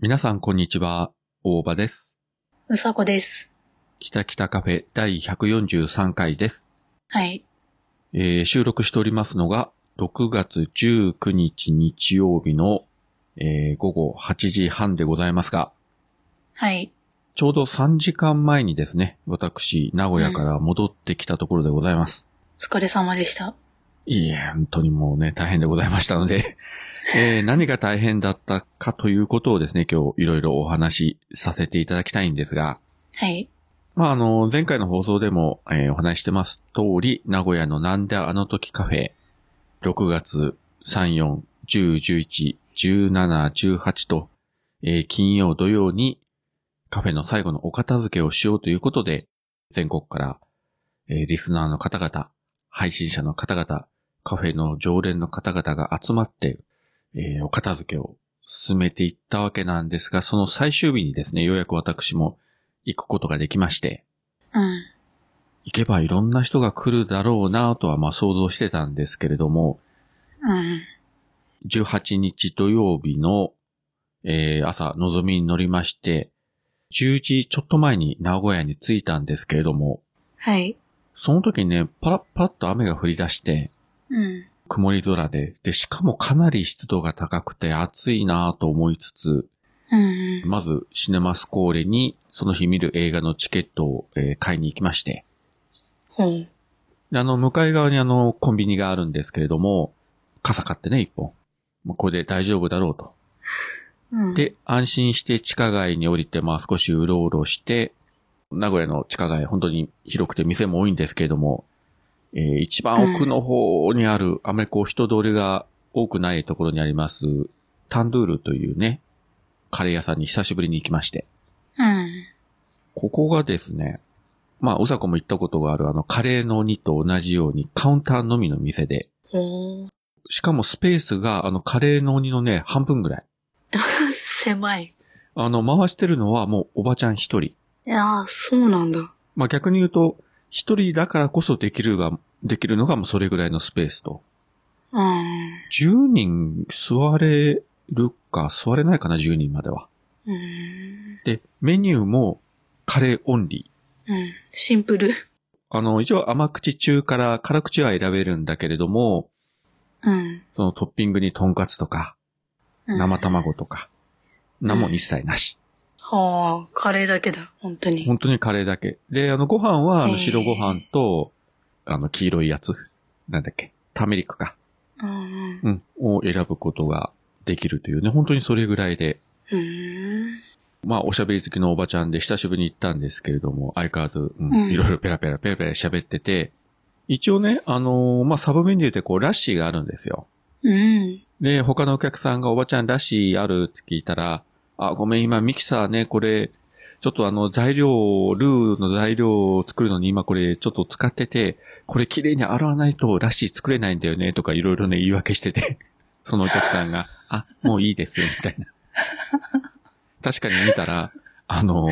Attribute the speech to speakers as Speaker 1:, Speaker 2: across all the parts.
Speaker 1: 皆さん、こんにちは。大場です。
Speaker 2: うさこです。
Speaker 1: 北北カフェ第143回です。
Speaker 2: はい。
Speaker 1: えー収録しておりますのが、6月19日日曜日の、えー午後8時半でございますが、
Speaker 2: はい。
Speaker 1: ちょうど3時間前にですね、私、名古屋から戻ってきたところでございます。
Speaker 2: お疲れ様でした。
Speaker 1: いえ、本当にもうね、大変でございましたので、えー何が大変だったかということをですね、今日いろいろお話しさせていただきたいんですが、
Speaker 2: はい。
Speaker 1: まあ、あの、前回の放送でも、えーお話ししてます通り、名古屋のなんであの時カフェ、6月3、4、10、11、17、18と、えー金曜、土曜にカフェの最後のお片付けをしようということで、全国から、えーリスナーの方々、配信者の方々、カフェの常連の方々が集まって、えーお片付けを進めていったわけなんですが、その最終日にですね、ようやく私も行くことができまして、
Speaker 2: うん。
Speaker 1: 行けばいろんな人が来るだろうなとはまあ想像してたんですけれども、
Speaker 2: うん。
Speaker 1: 18日土曜日の、えー朝、のぞみに乗りまして、10時ちょっと前に名古屋に着いたんですけれども、
Speaker 2: はい。
Speaker 1: その時にね、パラッパラッと雨が降り出して、
Speaker 2: うん。
Speaker 1: 曇り空で、で、しかもかなり湿度が高くて暑いなと思いつつ、
Speaker 2: うん。
Speaker 1: まずシネマスコーレにその日見る映画のチケットを、えー買いに行きまして、
Speaker 2: ほう。
Speaker 1: であの、向かい側にあの、コンビニがあるんですけれども、傘買ってね、一本。まあこれで大丈夫だろうと。
Speaker 2: うん。
Speaker 1: で、安心して地下街に降りて、まあ少しうろうろして、名古屋の地下街、本当に広くて店も多いんですけれども、えー一番奥の方にある、あまりこう人通りが多くないところにあります、タンドゥールというね、カレー屋さんに久しぶりに行きまして。
Speaker 2: うん。
Speaker 1: ここがですね、まあ、うさこも行ったことがあるあの、カレーの鬼と同じようにカウンターのみの店で、
Speaker 2: ほう。
Speaker 1: しかもスペースが、あの、カレーの鬼のね、半分ぐらい。
Speaker 2: 狭い。
Speaker 1: あの、回してるのはもうおばちゃん一人。
Speaker 2: いやー、そうなんだ。
Speaker 1: まあ、逆に言うと、一人だからこそできるが、できるのがもうそれぐらいのスペースと。
Speaker 2: うん。
Speaker 1: 10人座れるか、座れないかな、10人までは。
Speaker 2: うん。
Speaker 1: で、メニューもカレーオンリー。
Speaker 2: うん。シンプル。
Speaker 1: あの、一応甘口中から辛口は選べるんだけれども、
Speaker 2: うん。
Speaker 1: そのトッピングにトンカツとか、
Speaker 2: うん
Speaker 1: 生。卵とか、何も一切なし。
Speaker 2: はあ、カレーだけだ。本当に。
Speaker 1: 本当にカレーだけ。で、あの、ご飯は、あ
Speaker 2: へ
Speaker 1: の、
Speaker 2: ー
Speaker 1: 白ご飯と、あの、黄色いやつ。なんだっけ。ターメリックか。
Speaker 2: うん。
Speaker 1: うん。を選ぶことができるというね。本当にそれぐらいで。
Speaker 2: うん。
Speaker 1: まあ、おしゃべり好きのおばちゃんで久しぶりに行ったんですけれども、相変わらず、うん
Speaker 2: うん
Speaker 1: いろいろペラペラペラペラ喋ってて、一応ね、あのーまあ、サブメニューでこう、ラッシーがあるんですよ。
Speaker 2: うん。
Speaker 1: で、他のお客さんがおばちゃんらしいあるって聞いたら、あ、ごめん、今ミキサーね、これ、ちょっとあの材料、ルーの材料を作るのに今これちょっと使ってて、これ綺麗に洗わないとらしい作れないんだよね、とかいろいろね、言い訳してて、 そのお客さんが、あ、もういいですよ、みたいな。確かに見たら、あの、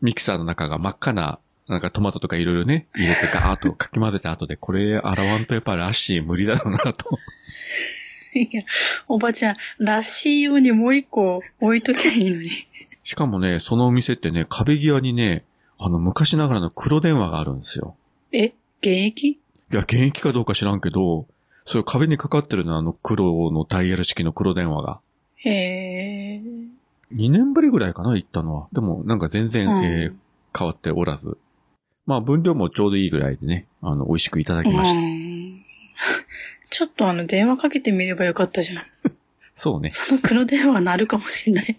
Speaker 1: ミキサーの中が真っ赤な、なんかトマトとかいろいろね、入れてガーッとかき混ぜた後で、これ洗わんとやっぱらしい無理だろうな、と。
Speaker 2: いや、おばちゃん、らしいようにもう一個置いときゃいいのに。
Speaker 1: しかもね、そのお店ってね、壁際にね、あの、昔ながらの黒電話があるんですよ。
Speaker 2: え現役
Speaker 1: いや、現役かどうか知らんけど、そういう壁にかかってるのはあの黒のダイヤル式の黒電話が。
Speaker 2: へー。
Speaker 1: 2年ぶりぐらいかな、行ったのは。でも、なんか全然、
Speaker 2: うん
Speaker 1: えー変わっておらず。まあ、分量もちょうどいいぐらいでね、あの、美味しくいただきました。
Speaker 2: うーんちょっとあの、電話かけてみればよかったじゃん。
Speaker 1: そうね。
Speaker 2: その黒電話なるかもしんない。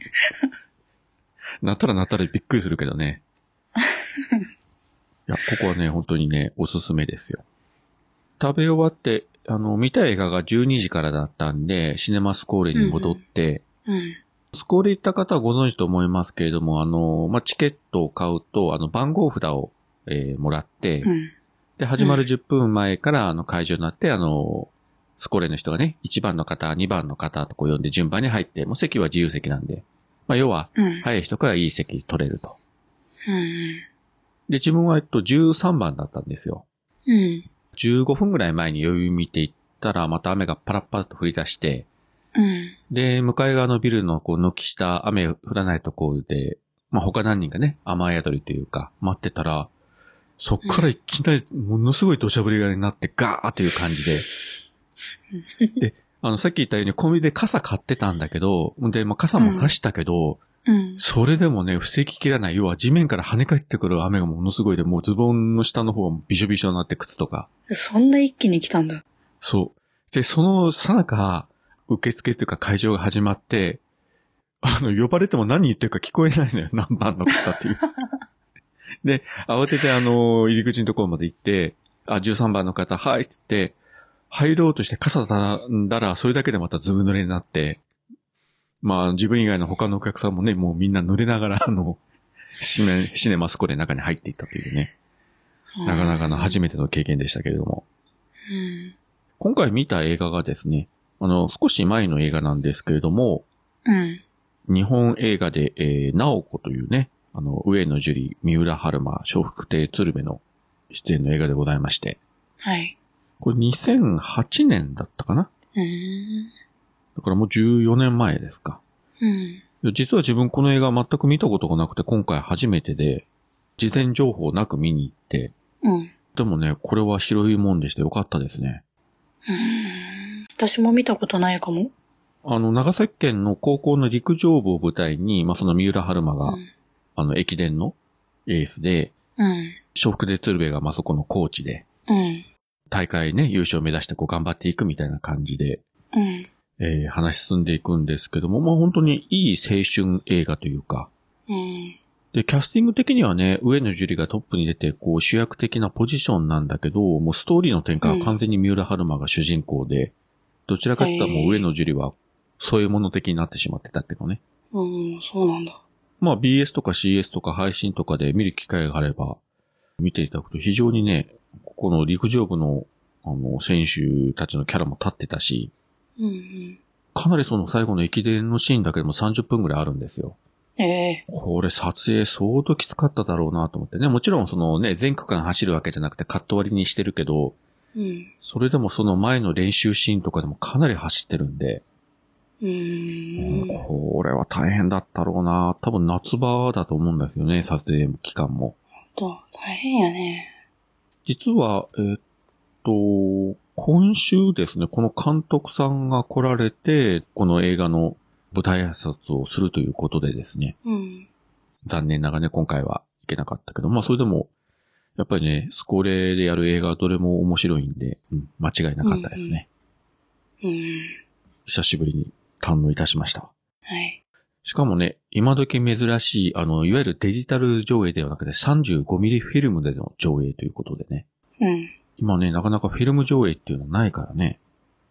Speaker 1: なったらなったらびっくりするけどね。いや、ここはね、本当にね、おすすめですよ。食べ終わって、あの、見た映画が12時からだったんで、シネマスコーレに戻って、
Speaker 2: うん。
Speaker 1: スコーレ行った方はご存知と思いますけれども、あの、まあ、チケットを買うと、あの、番号札を、えーもらって、
Speaker 2: うん。
Speaker 1: で、始まる10分前から、あの、会場になって、あの、スコーレの人がね、1番の方、2番の方とこう呼んで順番に入って、もう席は自由席なんで、まあ、要は、
Speaker 2: うん。
Speaker 1: 早い人からいい席取れると。
Speaker 2: うん。
Speaker 1: で、自分は、えっと、13番だったんですよ。
Speaker 2: うん。
Speaker 1: 15分ぐらい前に余裕見ていったら、また雨がパラッパラッと降り出して、
Speaker 2: うん。
Speaker 1: で、向かい側のビルのこう、軒下、雨降らないところで、まあ、他何人かね、雨宿りというか、待ってたら、そっからいきなり、ものすごい土砂降りがになって、ガーという感じで。で、あの、さっき言ったように、コンビニで傘買ってたんだけど、で、まあ、傘も差したけど、
Speaker 2: うん。
Speaker 1: それでもね、防ぎきらない。要は地面から跳ね返ってくる雨がものすごいで、もうズボンの下の方はびしょびしょになって靴とか。
Speaker 2: そんな一気に来たんだ。
Speaker 1: そう。で、そのさなか、受付というか会場が始まって、あの、呼ばれても何言ってるか聞こえないのよ。 何番の方っていう。で、慌ててあの、入り口のところまで行って、あ、13番の方、はいっつって、入ろうとして傘たんだら、それだけでまたずぶ濡れになって、まあ、自分以外の他のお客さんもね、もうみんな濡れながら、あの、シネ、シネマスコで中に入っていったというね、なかなかの初めての経験でしたけれども。
Speaker 2: うん。
Speaker 1: 今回見た映画がですね、あの、少し前の映画なんですけれども、
Speaker 2: うん。
Speaker 1: 日本映画で、えー、ナオコというね、あの、上野樹里、三浦春馬、笑福亭鶴瓶の出演の映画でございまして、
Speaker 2: はい。
Speaker 1: これ2008年だったかな
Speaker 2: うん。
Speaker 1: だからもう14年前ですか。
Speaker 2: うん。
Speaker 1: 実は自分この映画全く見たことがなくて、今回初めてで、事前情報なく見に行って、
Speaker 2: うん。
Speaker 1: でもね、これは広いもんでしてよかったですね。
Speaker 2: うん私も見たことないかも。
Speaker 1: あの、長崎県の高校の陸上部を舞台に、まあ、その三浦春馬が、
Speaker 2: うん
Speaker 1: あの、駅伝のエースで、
Speaker 2: うん。
Speaker 1: 笑福で鶴瓶がまあそこのコーチで、
Speaker 2: うん。
Speaker 1: 大会ね、優勝を目指してこう頑張っていくみたいな感じで、
Speaker 2: うん。
Speaker 1: えー話進んでいくんですけども、まあ本当にいい青春映画というか、
Speaker 2: うん。
Speaker 1: で、キャスティング的にはね、上野樹里がトップに出て、こう主役的なポジションなんだけど、もうストーリーの展開は完全に三浦春馬が主人公で、どちらかというともう上野樹里は、そういうもの的になってしまってたけどね。
Speaker 2: うん。そうなんだ。
Speaker 1: まあ BS とか CS とか配信とかで見る機会があれば、見ていただくと非常にね、ここの陸上部の、あの、選手たちのキャラも立ってたし、
Speaker 2: うん。
Speaker 1: かなりその最後の駅伝のシーンだけでも30分ぐらいあるんですよ。
Speaker 2: うん。ええ
Speaker 1: これ撮影相当きつかっただろうなと思ってね。もちろんそのね、全区間走るわけじゃなくてカット割りにしてるけど、
Speaker 2: うん。
Speaker 1: それでもその前の練習シーンとかでもかなり走ってるんで、
Speaker 2: う
Speaker 1: うん
Speaker 2: ん。
Speaker 1: これは大変だったろうな多分夏場だと思うんですよね、撮影期間も。
Speaker 2: と、大変やね。
Speaker 1: 実は、えーっと、今週ですね、この監督さんが来られて、この映画の舞台挨拶をするということでですね、
Speaker 2: うん。
Speaker 1: 残念ながらね、今回は行けなかったけど、まあそれでも、やっぱりね、スコレでやる映画はどれも面白いんで、うん、間違いなかったですね。
Speaker 2: うん。
Speaker 1: 久しぶりに堪能いたしました。
Speaker 2: はい。
Speaker 1: しかもね、今時珍しい、あの、いわゆるデジタル上映ではなくて 35mm フィルムでの上映ということでね。
Speaker 2: うん。
Speaker 1: 今ね、なかなかフィルム上映っていうのはないからね。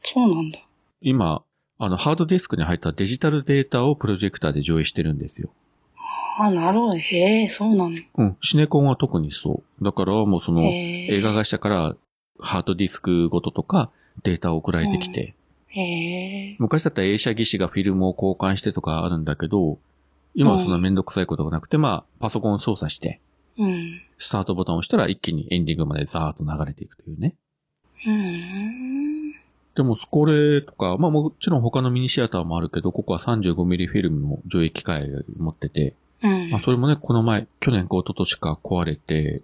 Speaker 2: そうなんだ。
Speaker 1: 今、あの、ハードディスクに入ったデジタルデータをプロジェクターで上映してるんですよ。
Speaker 2: ああ、なるほど。へえ、そうなんだ。
Speaker 1: うん。シネコンは特にそう。だからもうその、
Speaker 2: へえ。
Speaker 1: 映画会社からハードディスクごととかデータを送られてきて、
Speaker 2: へえ。
Speaker 1: 昔だったら映写技師がフィルムを交換してとかあるんだけど、今はそんなめんどくさいことがなくて、まあ、パソコン操作して、
Speaker 2: うん。
Speaker 1: スタートボタンを押したら一気にエンディングまでザーッと流れていくというね。
Speaker 2: うん。
Speaker 1: でも、スコレとか、まあもちろん他のミニシアターもあるけど、ここは 35mm フィルムの上映機械を持ってて、
Speaker 2: うん。
Speaker 1: まあそれもね、この前、去年か一昨年か壊れて、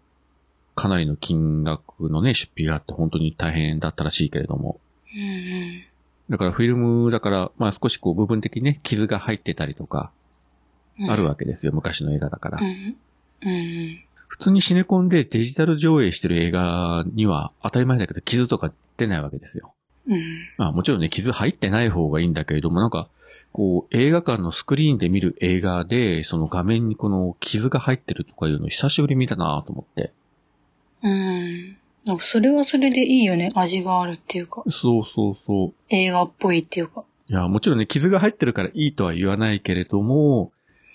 Speaker 1: かなりの金額のね、出費があって本当に大変だったらしいけれども、
Speaker 2: うん。
Speaker 1: だからフィルムだから、まあ少しこう部分的にね、傷が入ってたりとか、
Speaker 2: うん。
Speaker 1: あるわけですよ、昔の映画だから
Speaker 2: う。ん。うん。
Speaker 1: 普通にシネコンでデジタル上映してる映画には当たり前だけど傷とか出ないわけですよ。
Speaker 2: うん。
Speaker 1: まあもちろんね、傷入ってない方がいいんだけれども、なんか、こう映画館のスクリーンで見る映画で、その画面にこの傷が入ってるとかいうの久しぶりに見たなと思って。
Speaker 2: うん。なんかそれはそれでいいよね。味があるっていうか。
Speaker 1: そうそうそう。
Speaker 2: 映画っぽいっていうか。
Speaker 1: いや、もちろんね、傷が入ってるからいいとは言わないけれども、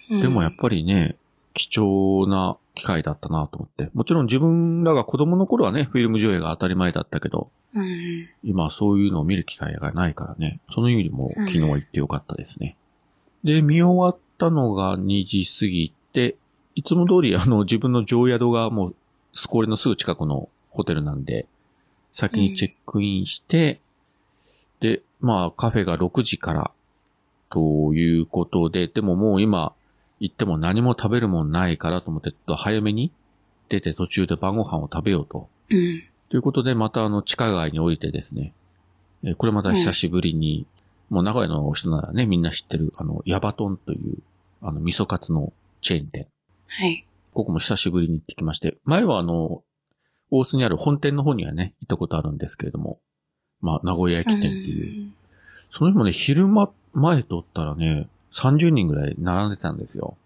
Speaker 2: うん
Speaker 1: でもやっぱりね、貴重な機会だったなと思って。もちろん自分らが子供の頃はね、フィルム上映が当たり前だったけど、
Speaker 2: うん。
Speaker 1: 今はそういうのを見る機会がないからね、その意味でも昨日は行ってよかったですね。で、見終わったのが2時過ぎて、いつも通りあの自分の常宿がもうスコーレのすぐ近くのホテルなんで、先にチェックインして、で、まあカフェが6時からということで、でももう今行っても何も食べるもんないからと思って、ちょっと早めに出て途中で晩ご飯を食べようと。
Speaker 2: うん。
Speaker 1: ということで、またあの地下街に降りてですね、えーこれまた久しぶりに、もう名古屋の人ならね、みんな知ってる、あの、ヤバトンという、あの、味噌カツのチェーン店。
Speaker 2: はい。
Speaker 1: ここも久しぶりに行ってきまして、前はあの、大須にある本店の方にはね、行ったことあるんですけれども、まあ、名古屋駅店っていう、その日もね、昼間、前とったらね、30人ぐらい並んでたんですよ。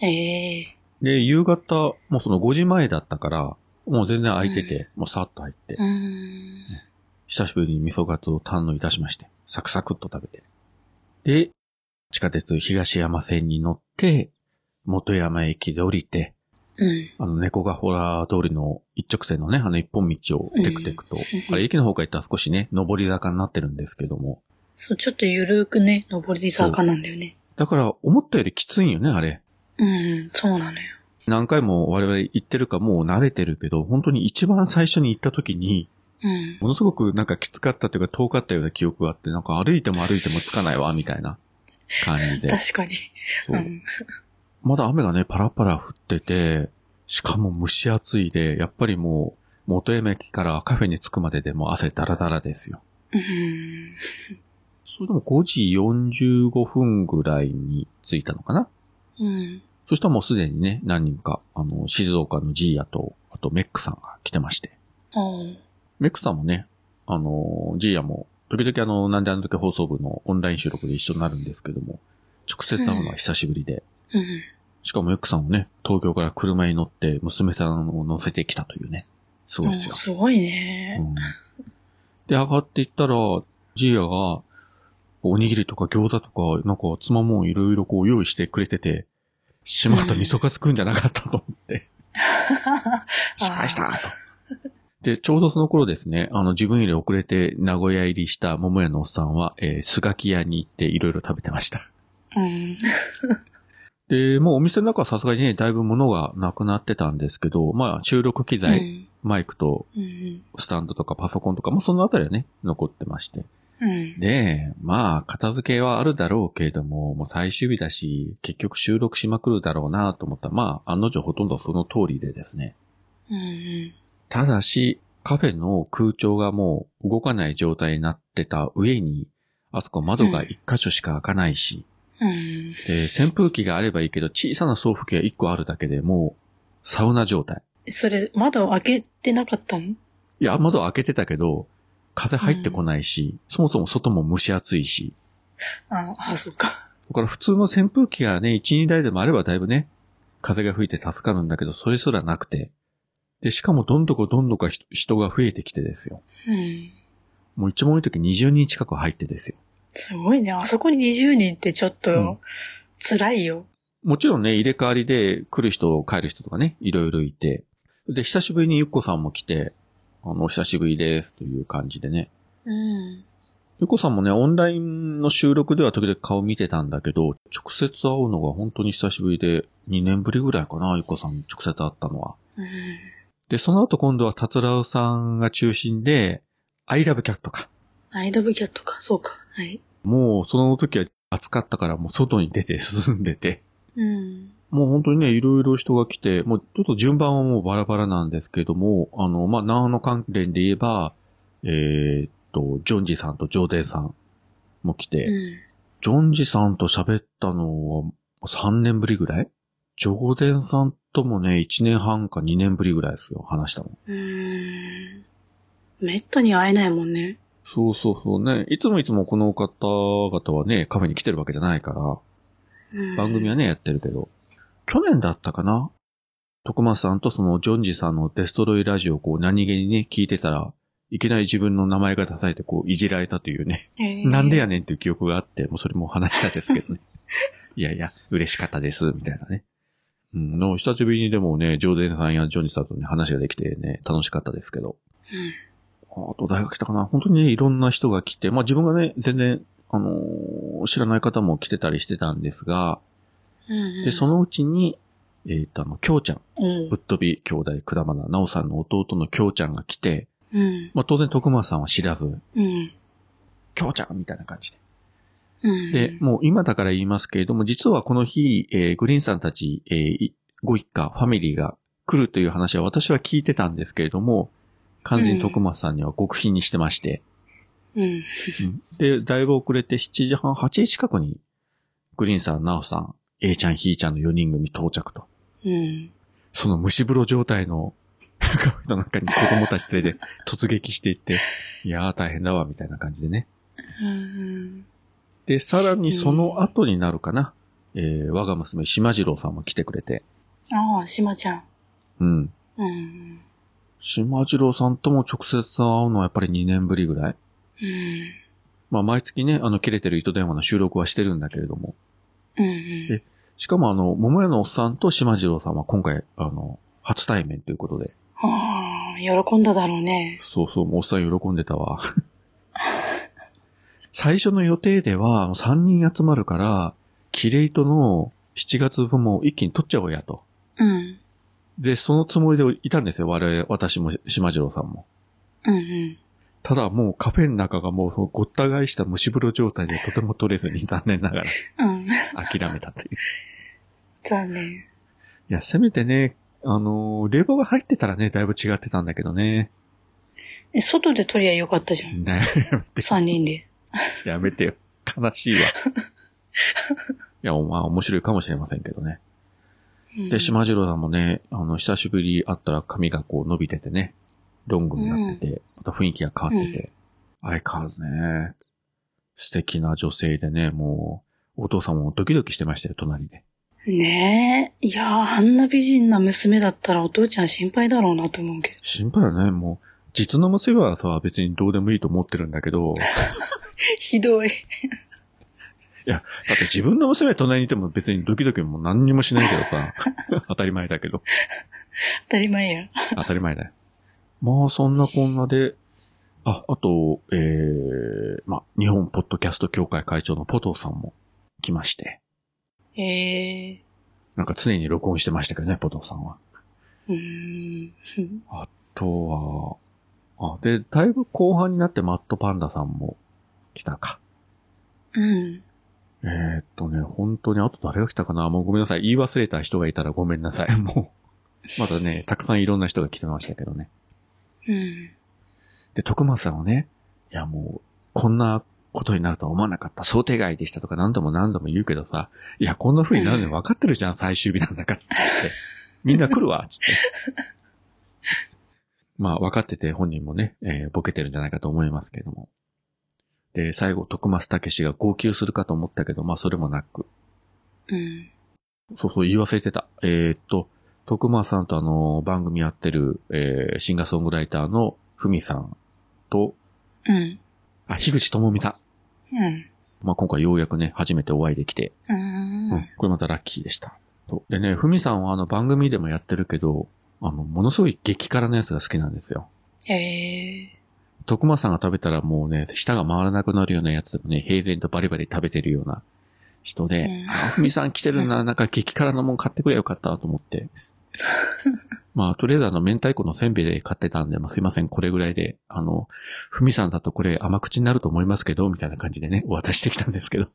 Speaker 2: うんええ
Speaker 1: で、夕方、もうその5時前だったから、もう全然空いてて、もうさっと入って、
Speaker 2: うん。
Speaker 1: 久しぶりに味噌カツを堪能いたしまして、サクサクっと食べて。で、地下鉄東山線に乗って、元山駅で降りて、
Speaker 2: うん。
Speaker 1: あの、猫がほら通りの一直線のね、あの一本道をテクテクと、
Speaker 2: ん
Speaker 1: あれ駅の方から行ったら少しね、上り坂になってるんですけども。
Speaker 2: そう、ちょっとゆるくね、登り坂なんだよね。
Speaker 1: だから、思ったよりきついんよね、あれ。
Speaker 2: うん、そうなのよ。
Speaker 1: 何回も我々行ってるかもう慣れてるけど、本当に一番最初に行った時に、
Speaker 2: うん。
Speaker 1: ものすごくなんかきつかったというか遠かったような記憶があって、なんか歩いても歩いてもつかないわ、みたいな感じで。
Speaker 2: 確かに。。
Speaker 1: そううんまだ雨がね、パラパラ降ってて、しかも蒸し暑いで、やっぱりもう、元山駅からカフェに着くまででもう汗だらだらですよ。
Speaker 2: うん。
Speaker 1: それでも5時45分ぐらいに着いたのかな
Speaker 2: うん。
Speaker 1: そしたらもうすでにね、何人か、あの、静岡のジーヤと、あとメックさんが来てまして。
Speaker 2: おう
Speaker 1: メックさんもね、あの、ジーヤも、時々あの、なんであの時放送部のオンライン収録で一緒になるんですけども、直接会うのは久しぶりで、
Speaker 2: うん。
Speaker 1: しかもよくさんもね、東京から車に乗って娘さんを乗せてきたというね。すごいですよ
Speaker 2: お。すごいうね。
Speaker 1: ん、で、上がっていったら、ジーヤが、おにぎりとか餃子とか、なんかつまもんいろいろこう用意してくれてて、しまった
Speaker 2: うん
Speaker 1: 味噌がつくんじゃなかったと 思って、
Speaker 2: ー
Speaker 1: 失敗したと。で、ちょうどその頃ですね、あの自分より遅れて名古屋入りした桃屋のおっさんは、えー、すがき屋に行っていろいろ食べてました。
Speaker 2: うん。
Speaker 1: で、もうお店の中はさすがにね、だいぶ物がなくなってたんですけど、まあ収録機材、マイクと
Speaker 2: うん。うん。
Speaker 1: スタンドとかパソコンとか、まあそのあたりはね、残ってまして。
Speaker 2: うん。
Speaker 1: で、まあ片付けはあるだろうけれども、もう最終日だし、結局収録しまくるだろうなと思ったら、まあ案の定ほとんどその通りでですね。
Speaker 2: うん。
Speaker 1: ただし、カフェの空調がもう動かない状態になってた上に、あそこ窓が一箇所しか開かないし、
Speaker 2: うん。
Speaker 1: で、扇風機があればいいけど、小さな送風機が一個あるだけでもう、サウナ状態。
Speaker 2: それ、窓開けてなかったの
Speaker 1: いや、窓開けてたけど、風入ってこないし、そもそも外も蒸し暑いし、
Speaker 2: あ、あ、そうか。
Speaker 1: だから普通の扇風機がね、1、2台でもあればだいぶね、風が吹いて助かるんだけど、それすらなくて。で、しかもどんどこどんどこ人人が増えてきてですよ。
Speaker 2: うん。
Speaker 1: もう一番多い時20人近く入ってですよ。
Speaker 2: すごいね。あそこに20人ってちょっ
Speaker 1: うん
Speaker 2: と、辛いよ。
Speaker 1: もちろんね、入れ替わりで来る人、帰る人とかね、いろいろいて。で、久しぶりにゆっこさんも来て、あの、お久しぶりですという感じでね。
Speaker 2: うん。
Speaker 1: ゆこさんもね、オンラインの収録では時々顔見てたんだけど、直接会うのが本当に久しぶりで、2年ぶりぐらいかな、ゆこさんに直接会ったのは。
Speaker 2: うん。
Speaker 1: で、その後今度は達郎さんが中心で、アイラブキャットか。
Speaker 2: アイドブキャットか。そうか。はい。
Speaker 1: もうその時は暑かったからもう外に出て進んでて、
Speaker 2: うん。
Speaker 1: もう本当にね、いろいろ人が来て、もうちょっと順番はもうバラバラなんですけども、あの、まあ、長野関連で言えば、えーっと、ジョンジさんとジョーデンさんも来て、
Speaker 2: うん。
Speaker 1: ジョンジさんと喋ったのは3年ぶりぐらいジョーデンさんともね、1年半か2年ぶりぐらいですよ、話したの。
Speaker 2: うん。めったに会えないもんね。
Speaker 1: そうそうそうね。いつもいつもこの方々はね、カフェに来てるわけじゃないから、
Speaker 2: うん
Speaker 1: 番組はね、やってるけど。去年だったかな徳松さんとそのジョンジさんのデストロイラジオをこう何気にね、聞いてたら、いきなり自分の名前が出されてこういじられたというね、
Speaker 2: えー
Speaker 1: なんでやねんっていう記憶があって、もうそれも話したですけ どね。いやいや、嬉しかったです、みたいなね。うん、の、久しぶりにでもね、ジョーデンさんやジョンジさんとね、話ができてね、楽しかったですけど。
Speaker 2: うん
Speaker 1: ああと大学来たかな。本当にね、いろんな人が来て、まあ自分がね、全然、あのー知らない方も来てたりしてたんですが、
Speaker 2: うん。
Speaker 1: で、そ
Speaker 2: の、
Speaker 1: のうちに、えっ、と、あの、きょうちゃん、
Speaker 2: うん
Speaker 1: ぶっ。飛び兄弟、くだまな、なおさんの弟のきょうちゃんが来て、
Speaker 2: うん。
Speaker 1: まあ当然徳間さんは知らず、
Speaker 2: うん。
Speaker 1: 今日ちゃんみたいな感じで。
Speaker 2: うん。
Speaker 1: で、もう今だから言いますけれども、実はこの日、えーグリーンさんたち、えーいご一家、ファミリーが来るという話は私は聞いてたんですけれども、完全に徳松さんには極秘にしてまして、
Speaker 2: うん。
Speaker 1: で、だいぶ遅れて7時半、8時近くに、グリーンさん、ナオさん、A ちゃん、ひーちゃんの4人組到着と。
Speaker 2: うん。
Speaker 1: その蒸し風呂状態の、の中に子供たち連れて突撃していって、いやー大変だわ、みたいな感じでね。
Speaker 2: うん。
Speaker 1: で、さらにその後になるかな。えー、我が娘、島次郎さんも来てくれて。
Speaker 2: ああ、しまちゃん。
Speaker 1: うん。
Speaker 2: うん。
Speaker 1: 島次郎さんとも直接会うのはやっぱり2年ぶりぐらい。
Speaker 2: うん。
Speaker 1: まあ、毎月ね、あの、切れてる糸電話の収録はしてるんだけれども。
Speaker 2: うん。
Speaker 1: えしかもあの、桃屋のおっさんと島次郎さんは今回、あの、初対面ということで。
Speaker 2: ああ、喜んだだろうね。
Speaker 1: そうそう、もうおっさん喜んでたわ。 最初の予定では3人集まるから、キレイトの7月分も一気に取っちゃおうやと。
Speaker 2: うん。
Speaker 1: で、そのつもりでいたんですよ。我々、私も島次郎さんも。
Speaker 2: うんうん。
Speaker 1: ただもうカフェの中がもうそのごった返した蒸し風呂状態でとても取れずに残念ながら
Speaker 2: うん。
Speaker 1: 諦めたという。
Speaker 2: 残念。
Speaker 1: いや、せめてね、あのー冷房が入ってたらね、だいぶ違ってたんだけどね。
Speaker 2: え、外で撮りゃよかったじゃん。
Speaker 1: ね
Speaker 2: 三人で。
Speaker 1: やめてよ。悲しいわ。いや、まあ面白いかもしれませんけどね。
Speaker 2: うん
Speaker 1: で、島次郎さんもね、あの、久しぶり会ったら髪がこう伸びててね、ロングになってて、また雰囲気が変わってて、相変わらずね、素敵な女性でね、もう、お父さんもドキドキしてましたよ、隣で。
Speaker 2: ねえ。いやー、あんな美人な娘だったらお父ちゃん心配だろうなと思うけど。
Speaker 1: 心配よね、もう、実の娘はさ、別にどうでもいいと思ってるんだけ ど、
Speaker 2: ひどい。
Speaker 1: だって自分の娘隣にいても別にドキドキも何にもしないけど さ、当たり前だけど。
Speaker 2: 当たり前や。
Speaker 1: 当たり前だよ。 まあ、そんなこんなで、あ、あと、ええまあ、日本ポッドキャスト協会会長のポトフさんも来まして、
Speaker 2: ええ
Speaker 1: なんか常に録音してましたけどね、ポトフさんは。
Speaker 2: ー。うーん。
Speaker 1: あとは、あ、で、だいぶ後半になってマットパンダさんも来たか。
Speaker 2: うん。
Speaker 1: えー、っとね、本当に、あと誰が来たかなもうごめんなさい。言い忘れた人がいたらごめんな さい。もう、まだね、たくさんいろんな人が来てましたけどね。
Speaker 2: うん。
Speaker 1: で、徳松さんはね、いやもう、こんなことになるとは思わなかった。想定外でしたとか何度も何度も言うけどさ、いや、こんな風になるの分かってるじゃん、最終日なんだから。って言ってみんな来るわ、つって。 まあ、分かってて本人もね、えーボケてるんじゃないかと思いますけども。で、最後、徳松武氏が号泣するかと思ったけど、まあ、それもなく。
Speaker 2: うん。
Speaker 1: そうそう、言い忘れてた。えーっと、徳間さんとあの、番組やってる、えーシンガーソングライターのふみさんと、
Speaker 2: うん。
Speaker 1: あ、樋口智美さ
Speaker 2: うん。
Speaker 1: ん。まあ、今回ようやくね、初めてお会いできて、
Speaker 2: う
Speaker 1: うんん。これまたラッキーでした。そう。でね、ふみさんはあの番組でもやってるけど、あの、ものすごい激辛のやつが好きなんですよ。
Speaker 2: ええ
Speaker 1: 徳間さんが食べたらもうね、舌が回らなくなるようなやつをね、平然とバリバリ食べてるような人で、
Speaker 2: うん
Speaker 1: あ、ふみさん来てるな、なんか激辛のもん買ってくればよかったと思って。まあ、とりあえずあの、明太子のせんべいで買ってたんで、まあ、すいません、これぐらいで、あの、ふみさんだとこれ甘口になると思いますけど、みたいな感じでね、お渡ししてきたんですけ ど。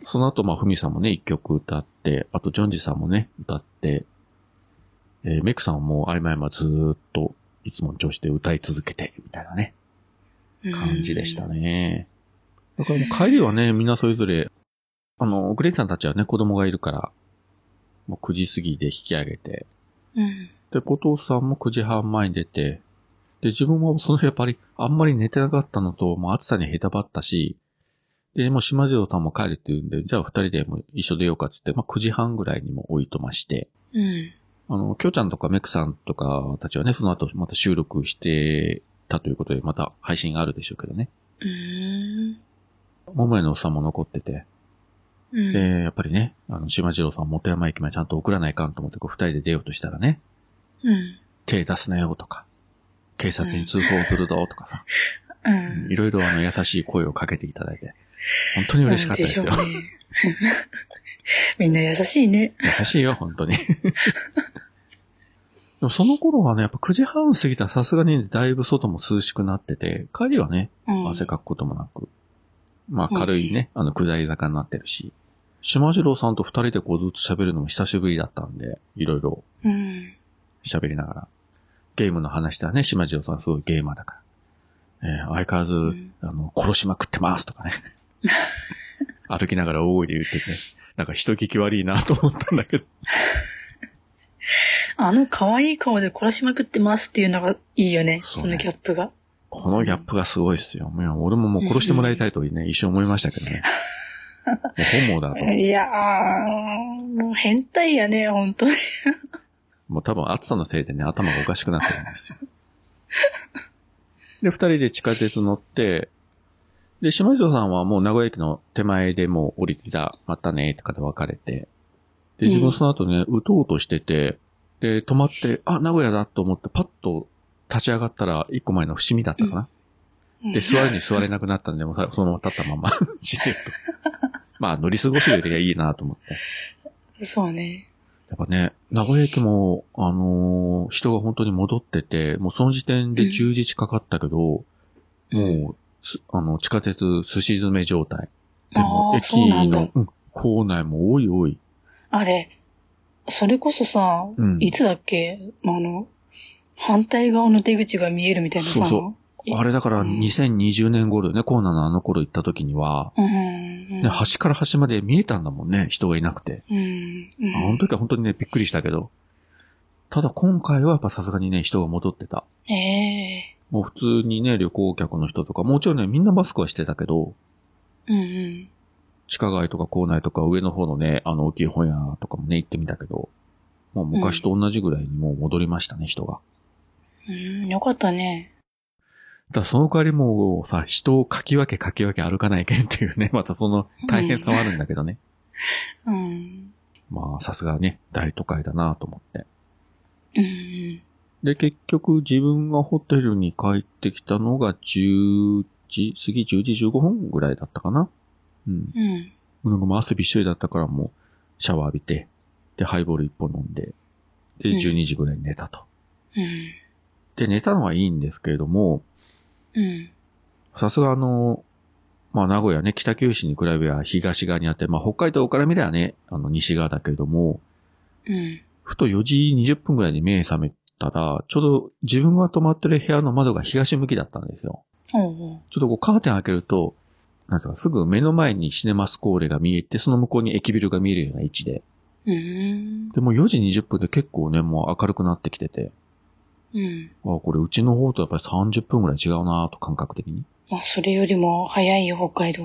Speaker 1: その後、まあ、ふみさんもね、一曲歌って、あと、ジョンジさんもね、歌って、えーメクさんも、あいまいまずーっと、いつもの調子で歌い続けて、みたいなね。
Speaker 2: ー。
Speaker 1: 感じでしたね。だからもう帰りはね、みんなそれぞれ、あの、グレイさんたちはね、子供がいるから、もう9時過ぎで引き上げて、
Speaker 2: うん。
Speaker 1: で、ポトフさんも9時半前に出て、で、自分もその日やっぱり、あんまり寝てなかったのと、もう暑さにへたばったし、で、もう島次郎さんも帰るって言うんで、じゃあ二人でもう一緒出ようかってって、まあ9時半ぐらいにも置いとまして、
Speaker 2: うん。
Speaker 1: あの、きょうちゃんとかメクさんとかたちはね、その後また収録してたということで、また配信があるでしょうけどね。
Speaker 2: うーん。
Speaker 1: 桃屋のおっさんも残ってて、
Speaker 2: うん。
Speaker 1: で、やっぱりね、あの、島次郎さん、元山駅までちゃんと送らないかんと思って、こう、二人で出ようとしたらね、
Speaker 2: うん。
Speaker 1: 手出すなよとか、警察に通報をするぞとかさ、
Speaker 2: うん。
Speaker 1: いろいろあの、優しい声をかけていただいて、本当に嬉しかったですよ
Speaker 2: うん。しょうね みんな優しいね。
Speaker 1: 優しいよ、本当に。でもその頃はね、やっぱ9時半過ぎたらさすがにだいぶ外も涼しくなってて、帰りはね、
Speaker 2: うん
Speaker 1: 汗かくこともなく。まあ軽いね、あの下り坂になってるし。島次郎さんと二人でこうずっと喋るのも久しぶりだったんで、いろいろ
Speaker 2: うん。
Speaker 1: 喋りながら。ゲームの話だね、島次郎さんすごいゲーマーだから。えー相変わらず、
Speaker 2: うん
Speaker 1: あの、殺しまくってますとか ね。歩きながら大声で言ってて、なんか人聞き悪いなと思ったんだけど。
Speaker 2: あの可愛い顔で殺しまくってますっていうのがいいよね。
Speaker 1: そうね
Speaker 2: そのギャップが。
Speaker 1: このギャップがすごいっすよ。もう俺ももう殺してもらいたいとね、一瞬思いましたけど ね。もう本望だと。
Speaker 2: いやー、もう変態やね、本当に。
Speaker 1: もう多分暑さのせいでね、頭がおかしくなってるんですよ。で、二人で地下鉄乗って、で、島城さんはもう名古屋駅の手前でもう降りてた、またね、とかで別れて、で、自
Speaker 2: う
Speaker 1: 分
Speaker 2: ん
Speaker 1: その後ね、打とうとしてて、で、止まって、あ、名古屋だと思って、パッと立ち上がったら、一個前の伏見だったかな。で、座るに座れなくなったんで、もうさそのまま立ったまま、 しれっと。まあ、乗り過ごすよりはいいなと思って。
Speaker 2: そうね。
Speaker 1: やっぱね、名古屋駅も、あのー人が本当に戻ってて、もうその時点で
Speaker 2: うん
Speaker 1: 10時近かったけど、もうす、あの、地下鉄すし詰め状態。でも
Speaker 2: あ、ー
Speaker 1: 駅
Speaker 2: そうなんだ
Speaker 1: の、うん構内も多い多い。
Speaker 2: あれ、それこそさ、
Speaker 1: うん
Speaker 2: いつだっけあの、反対側の出口が見えるみたいなさ。
Speaker 1: そうそ
Speaker 2: え
Speaker 1: あれだから
Speaker 2: うん
Speaker 1: 2020年頃よね、コーナーのあの頃行った時には、
Speaker 2: うん。うん
Speaker 1: ね、端から端まで見えたんだもんね、人がいなくて。
Speaker 2: うん。
Speaker 1: あの時は本当にね、びっくりしたけど。ただ今回はやっぱさすがにね、人が戻ってた。
Speaker 2: ええ
Speaker 1: もう普通にね、旅行客の人とか、もちろんね、みんなマスクはしてたけど、
Speaker 2: うんうん。
Speaker 1: 地下街とか構内とか上の方のね、あの大きい本屋とかもね、行ってみたけど、もう昔と同じぐらいにもう戻りましたね、人が。
Speaker 2: うん、よかったね。
Speaker 1: ただその代わりもうさ、人をかき分けかき分け歩かないけんっていうね、またその大変さはあるんだけどね。
Speaker 2: うん。
Speaker 1: まあさすがね、大都会だなと思って。
Speaker 2: うん。
Speaker 1: で、結局自分がホテルに帰ってきたのが10時、過ぎ10時15分ぐらいだったかな。うん。
Speaker 2: うん。
Speaker 1: なんかもう汗びっしょりだったからもうシャワー浴びて、で、ハイボール一本飲んで、で、
Speaker 2: うん
Speaker 1: 12時ぐらいに寝たと。
Speaker 2: うん。
Speaker 1: で、寝たのはいいんですけれども、
Speaker 2: うん。
Speaker 1: さすがあの、まあ名古屋ね、北九州に比べれば東側にあって、まあ北海道から見ればね、あの西側だけれども、
Speaker 2: うん。
Speaker 1: ふと4時20分ぐらいに目覚めたら、ちょうど自分が泊まってる部屋の窓が東向きだったんですよ。
Speaker 2: おうおう。
Speaker 1: ちょっとこうカーテン開けると、なんていうかすぐ目の前にシネマスコーレが見えて、その向こうに駅ビルが見えるような位置で、
Speaker 2: うん。
Speaker 1: で、もう4時20分で結構ね、もう明るくなってきてて、
Speaker 2: うん。
Speaker 1: あこれうちの方とやっぱり30分ぐらい違うなぁと感覚的に。
Speaker 2: まあ、それよりも早いよ、北海道。
Speaker 1: 違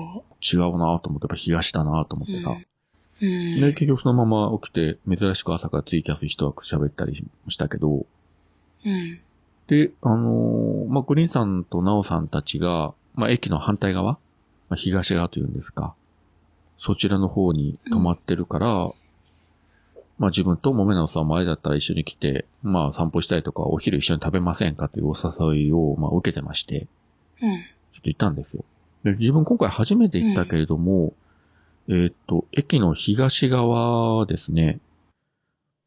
Speaker 1: うなぁと思って、やっぱ東だなぁと思ってさ。
Speaker 2: うん。
Speaker 1: で、結局そのまま起きて、珍しく朝からツイキャス一枠喋ったりもしたけど、
Speaker 2: うん。
Speaker 1: で、あのーまあ、グリーンさんとナオさんたちが、まあ、駅の反対側、まあ、東側というんですか、そちらの方に泊まってるから、まあ、自分ともめなおさんもあれだったら一緒に来て、まあ、散歩したりとか、お昼一緒に食べませんかというお誘いを、まあ、受けてまして、
Speaker 2: うん。
Speaker 1: ちょっと行ったんですよ。で、自分今回初めて行ったけれども、えーっと、駅の東側ですね、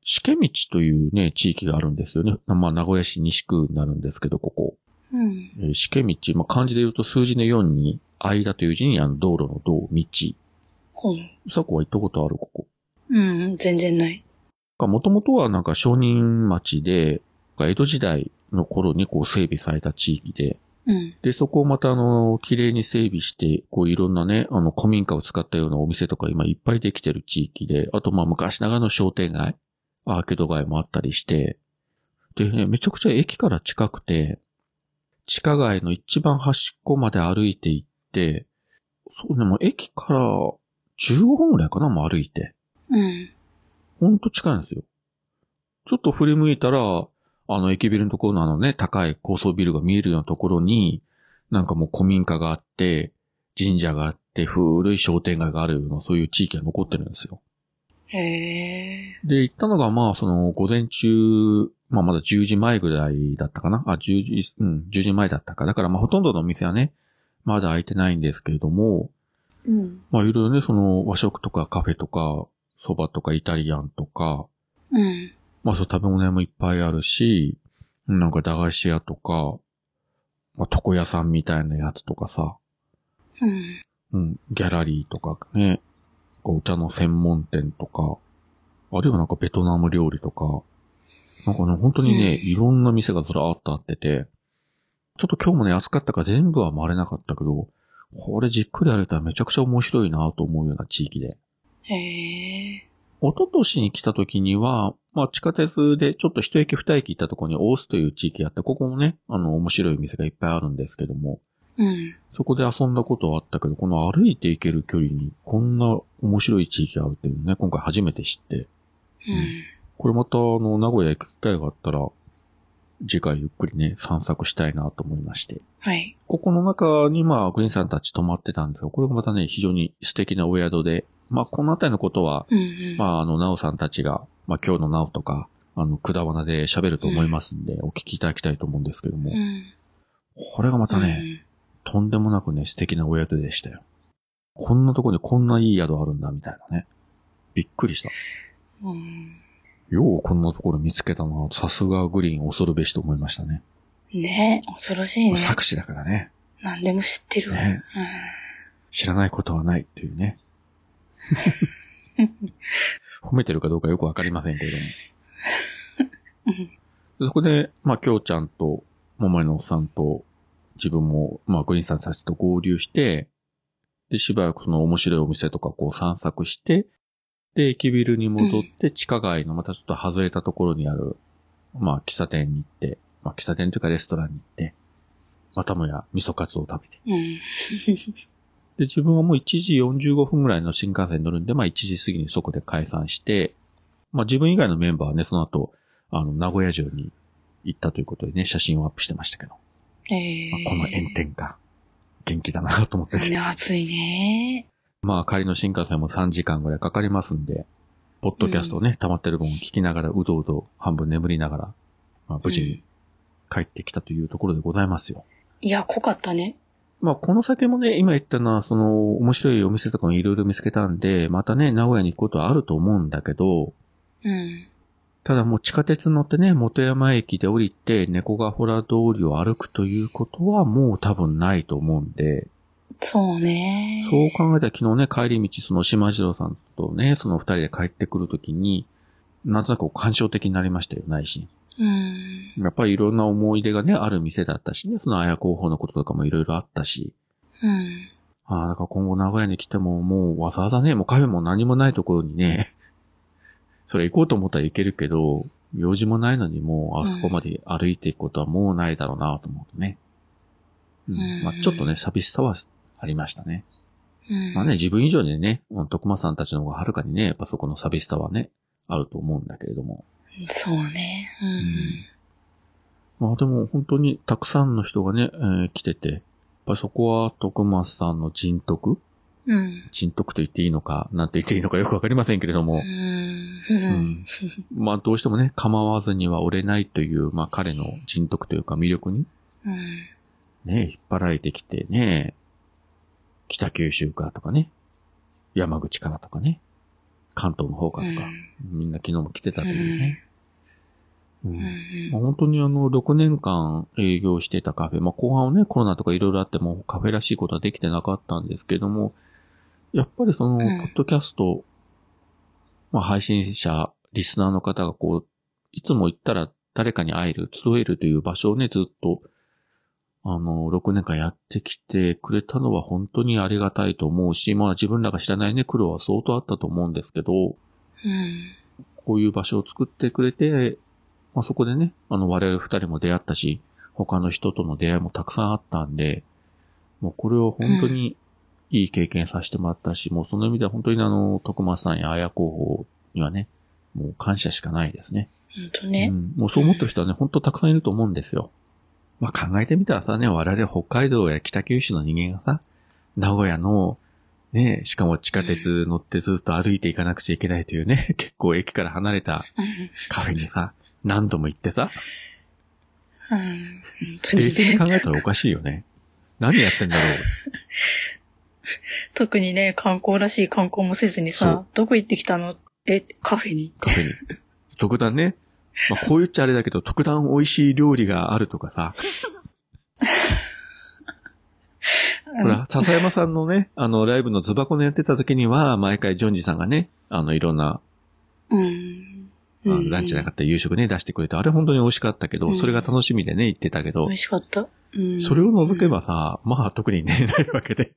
Speaker 1: しけ道というね、地域があるんですよね。まあ、名古屋市西区になるんですけど、ここ。
Speaker 2: うん。
Speaker 1: えー、しけ道、まあ、漢字で言うと数字の4に、間という字に、あの、道路の道、道。
Speaker 2: ほう。
Speaker 1: さこは行ったことある、ここ。
Speaker 2: うん。全然ない。
Speaker 1: もともとはなんか商人町で、江戸時代の頃にこう整備された地域で、
Speaker 2: うん。
Speaker 1: で、そこをまたあの、綺麗に整備して、こういろんなね、あの、古民家を使ったようなお店とか今いっぱいできてる地域で、あとまあ昔ながらの商店街、アーケード街もあったりして、でね、めちゃくちゃ駅から近くて、地下街の一番端っこまで歩いて行って、そうね、もう駅から15分ぐらいかな、もう歩いて。
Speaker 2: うん。
Speaker 1: ほんと近いんですよ。ちょっと振り向いたら、あの駅ビルのところのあのね、高い高層ビルが見えるようなところに、なんかもう古民家があって、神社があって、古い商店街があるような、そういう地域が残ってるんですよ。
Speaker 2: へえ。
Speaker 1: で、行ったのがまあ、その、午前中、まあまだ10時前ぐらいだったかな。あ、10時、うん、10時前だったか。だからまあ、ほとんどのお店はね、まだ開いてないんですけれども、
Speaker 2: うん。
Speaker 1: まあ、いろいろね、その、和食とかカフェとか、蕎麦とかイタリアンとか、
Speaker 2: うん。
Speaker 1: まあそう、食べ物屋もいっぱいあるし、なんか駄菓子屋とか、まあ床屋さんみたいなやつとかさ、
Speaker 2: うん。
Speaker 1: うん、ギャラリーとかね、こうお茶の専門店とか、あるいはなんかベトナム料理とか、なんかね、本当にね、
Speaker 2: うん
Speaker 1: いろんな店がずらーっとあってて、ちょっと今日もね、暑かったから全部は回れなかったけど、これじっくり歩いたらめちゃくちゃ面白いなと思うような地域で。
Speaker 2: へえ。
Speaker 1: 一昨年に来た時には、まあ地下鉄でちょっと一駅二駅行ったところに大須という地域があって、ここもね、あの面白い店がいっぱいあるんですけども、
Speaker 2: うん。
Speaker 1: そこで遊んだことはあったけど、この歩いて行ける距離にこんな面白い地域があるっていうのね、今回初めて知って、
Speaker 2: うん。
Speaker 1: これまたあの名古屋行く機会があったら、次回ゆっくりね、散策したいなと思いまして。
Speaker 2: はい。
Speaker 1: ここの中にまあ、グリーンさんたち泊まってたんですが、これがまたね、非常に素敵なお宿で、まあ、このあたりのことは、
Speaker 2: うんうん。
Speaker 1: まあ、あの、なおさんたちが、まあ、今日のなおとか、あの、くだばなで喋ると思いますんで、お聞きいただきたいと思うんですけども
Speaker 2: う、ん。
Speaker 1: これがまたね、とんでもなくね、素敵なお宿でしたよ。こんなとこにこんないい宿あるんだ、みたいなね。びっくりした。
Speaker 2: うん。うん。
Speaker 1: ようこんなところ見つけたのは、さすがグリーン恐るべしと思いましたね。
Speaker 2: ねえ、恐ろしい
Speaker 1: ま
Speaker 2: ね
Speaker 1: あ。作詞だからね。
Speaker 2: 何でも知ってるわ。
Speaker 1: ね知らないことはないというね。褒めてるかどうかよくわかりませんけれども。
Speaker 2: うんうん。
Speaker 1: そこで、まあ、きょうちゃんと、ももやのおっさんと、自分も、まあ、グリーンさんたちと合流して、で、しばらくその面白いお店とかこう散策して、で、駅ビルに戻って、地下街のまたちょっと外れたところにある、まあ、喫茶店に行って、まあ、喫茶店というかレストランに行って、またもや味噌カツを食べて。
Speaker 2: うん。
Speaker 1: で、自分はもう1時45分ぐらいの新幹線に乗るんで、まあ1時過ぎにそこで解散して、まあ自分以外のメンバーはね、その後、あの、名古屋城に行ったということでね、写真をアップしてましたけど、
Speaker 2: え
Speaker 1: ま
Speaker 2: え。
Speaker 1: あこの炎天下、元気だなと思ってて、
Speaker 2: ね暑いね。
Speaker 1: まあ仮の新幹線も3時間ぐらいかかりますんで、ポッドキャストをね、溜まってる分を聞きながら、うどうど半分眠りながら、まあ無事に帰ってきたというところでございますよ。
Speaker 2: いや、濃かったね。
Speaker 1: まあ、この先もね、今言ったのは、その、面白いお店とかもいろいろ見つけたんで、またね、名古屋に行くことはあると思うんだけど、
Speaker 2: うん。
Speaker 1: ただもう地下鉄乗ってね、元山駅で降りて、猫がほら通りを歩くということはもう多分ないと思うんで、
Speaker 2: そうね。
Speaker 1: そう考えたら昨日ね、帰り道、その島次郎さんとね、その二人で帰ってくるときに、なんとなくこう感傷的になりましたよ、内心。
Speaker 2: うん。
Speaker 1: やっぱりいろんな思い出がね、ある店だったしね、その綾候補のこととかもいろいろあったし、
Speaker 2: うん。
Speaker 1: ああ、だから今後名古屋に来ても、もうわざわざね、もうカフェも何もないところにね、 それ行こうと思ったら行けるけど、用事もないのにもうあそこまで歩いていくことはもうないだろうなと思うとね。うん
Speaker 2: うん。
Speaker 1: まあちょっとね、寂しさはありましたね。
Speaker 2: うん。
Speaker 1: まあね、自分以上にね、うん徳間さんたちの方がはるかにね、やっぱそこの寂しさはね、あると思うんだけれども。
Speaker 2: そうね。う
Speaker 1: うん
Speaker 2: ん。
Speaker 1: まあでも本当にたくさんの人がね、えー来てて、やっぱそこは徳松さんの人徳
Speaker 2: うん。
Speaker 1: 人徳と言っていいのか、なんて言っていいのかよくわかりませんけれども
Speaker 2: う、ん。
Speaker 1: う
Speaker 2: うん。
Speaker 1: ん、まあどうしてもね、構わずには折れないという、まあ彼の人徳というか魅力に
Speaker 2: うん。
Speaker 1: ね、引っ張られてきてね、北九州からとかね、山口からとかね、関東の方からとか、みんな昨日も来てたというね。う
Speaker 2: うんん
Speaker 1: まあ、本当にあの、6年間営業してたカフェ、まあ、後半はね、コロナとかいろいろあってもうカフェらしいことはできてなかったんですけども、やっぱりその、
Speaker 2: ん
Speaker 1: ポッドキャスト、まあ、配信者、リスナーの方がこう、いつも行ったら誰かに会える、集えるという場所をね、ずっと、あの、6年間やってきてくれたのは本当にありがたいと思うし、まあ自分らが知らないね、苦労は相当あったと思うんですけど、
Speaker 2: うん。
Speaker 1: こういう場所を作ってくれて、まあ、そこでね、あの、我々二人も出会ったし、他の人との出会いもたくさんあったんで、もうこれを本当にいい経験させてもらったし、もうその意味では本当にあの、徳松さんや綾候補にはね、もう感謝しかないですね。
Speaker 2: ほんと
Speaker 1: う
Speaker 2: ね。
Speaker 1: ん、もうそう思ってる人はね、本当たくさんいると思うんですよ。まあ、考えてみたらさ、ね、我々北海道や北九州の人間がさ、名古屋の、ね、しかも地下鉄乗ってずっと歩いていかなくちゃいけないというね、 結構駅から離れた
Speaker 2: うん。
Speaker 1: カフェにさ、何度も行ってさ、
Speaker 2: うん。本当
Speaker 1: 冷
Speaker 2: に
Speaker 1: 静に
Speaker 2: ね。
Speaker 1: 考えたらおかしいよね。何やってんだろう。
Speaker 2: 特にね、観光らしい観光もせずに
Speaker 1: そ
Speaker 2: さ、どこ行ってきたのえ、カフェに。
Speaker 1: カフェに。特段ね、まあ、こう言っちゃあれだけど、特段美味しい料理があるとかさ、ほら、笹山さんのね、あの、ライブのズバコのやってた時には、毎回ジョンジさんがね、あの、いろんな、
Speaker 2: うん。
Speaker 1: あ
Speaker 2: う
Speaker 1: の
Speaker 2: ん。
Speaker 1: ランチじゃなか
Speaker 2: っ
Speaker 1: った夕食ね、出してくれて、あれ本当に美味しかったけ
Speaker 2: う
Speaker 1: ど、
Speaker 2: ん
Speaker 1: それが楽しみでね、行ってたけど
Speaker 2: 美、味しかった。うん。
Speaker 1: それを除けばさ、まあ特にね、 ないわけで。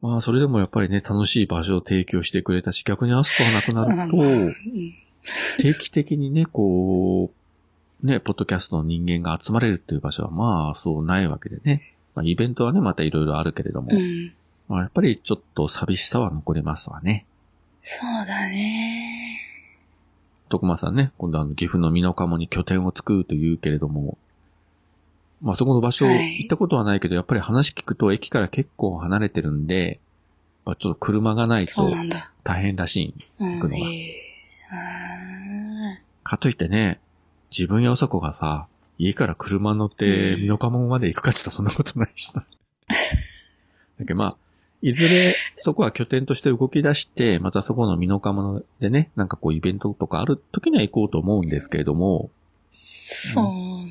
Speaker 1: まあそれでもやっぱりね、楽しい場所を提供してくれたし、逆にあそこがなくなると、
Speaker 2: うん、
Speaker 1: 定期的にね、こう、ね、ポッドキャストの人間が集まれるっていう場所は、まあそうないわけでね。まあイベントはね、またいろいろあるけれども、
Speaker 2: うん。
Speaker 1: まあやっぱりちょっと寂しさは残りますわね。
Speaker 2: そうだね。
Speaker 1: 徳間さんね、今度あの岐阜の美濃鴨に拠点を作るというけれども、まあそこの場所
Speaker 2: はい
Speaker 1: 行ったことはないけど、やっぱり話聞くと駅から結構離れてるんで、まあちょっと車がない
Speaker 2: そう
Speaker 1: と
Speaker 2: なんだ。
Speaker 1: 大変らしい。
Speaker 2: うん。
Speaker 1: 行くのは
Speaker 2: ええあ
Speaker 1: かといってね、自分やおさこがさ、家から車乗って
Speaker 2: うん
Speaker 1: 美濃鴨まで行くかちょっとそんなことない しさ。だけどまあ、いずれそこは拠点として動き出して、またそこの美濃鴨でね、なんかこうイベントとかある時には行こうと思うんですけれども、
Speaker 2: ーそう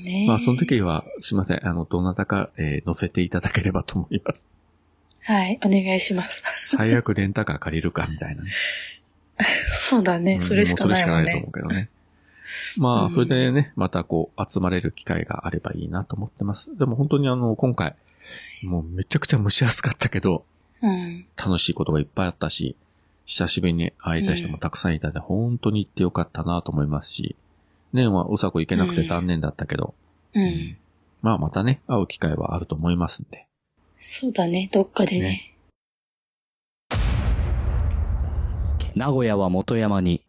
Speaker 2: ね。
Speaker 1: まあ、その時は、すいません。あの、どなたか、えー乗せていただければと思います。
Speaker 2: はい、お願いします。
Speaker 1: 最悪レンタカー借りるか、みたいなね。
Speaker 2: そうだ
Speaker 1: う
Speaker 2: ね。
Speaker 1: ん
Speaker 2: それしか
Speaker 1: もう
Speaker 2: な
Speaker 1: それしか
Speaker 2: いも
Speaker 1: なんいと思
Speaker 2: ね
Speaker 1: う。けど ね。
Speaker 2: う
Speaker 1: まあ、
Speaker 2: ん
Speaker 1: それでね、またこう、集まれる機会があればいいなと思ってます。でも本当にあの、今回、もうめちゃくちゃ蒸し暑かったけど、
Speaker 2: うん。
Speaker 1: 楽しいことがいっぱいあったし、久しぶりに会えた人もたくさんいたんで、本当に行ってよかったなと思いますし、ね、まあ、うさこ行けなくて残念だったけど、
Speaker 2: うん。
Speaker 1: まあ、またね、会う機会はあると思いますんで。
Speaker 2: そうだね。どっかでね。
Speaker 3: 名古屋は元山に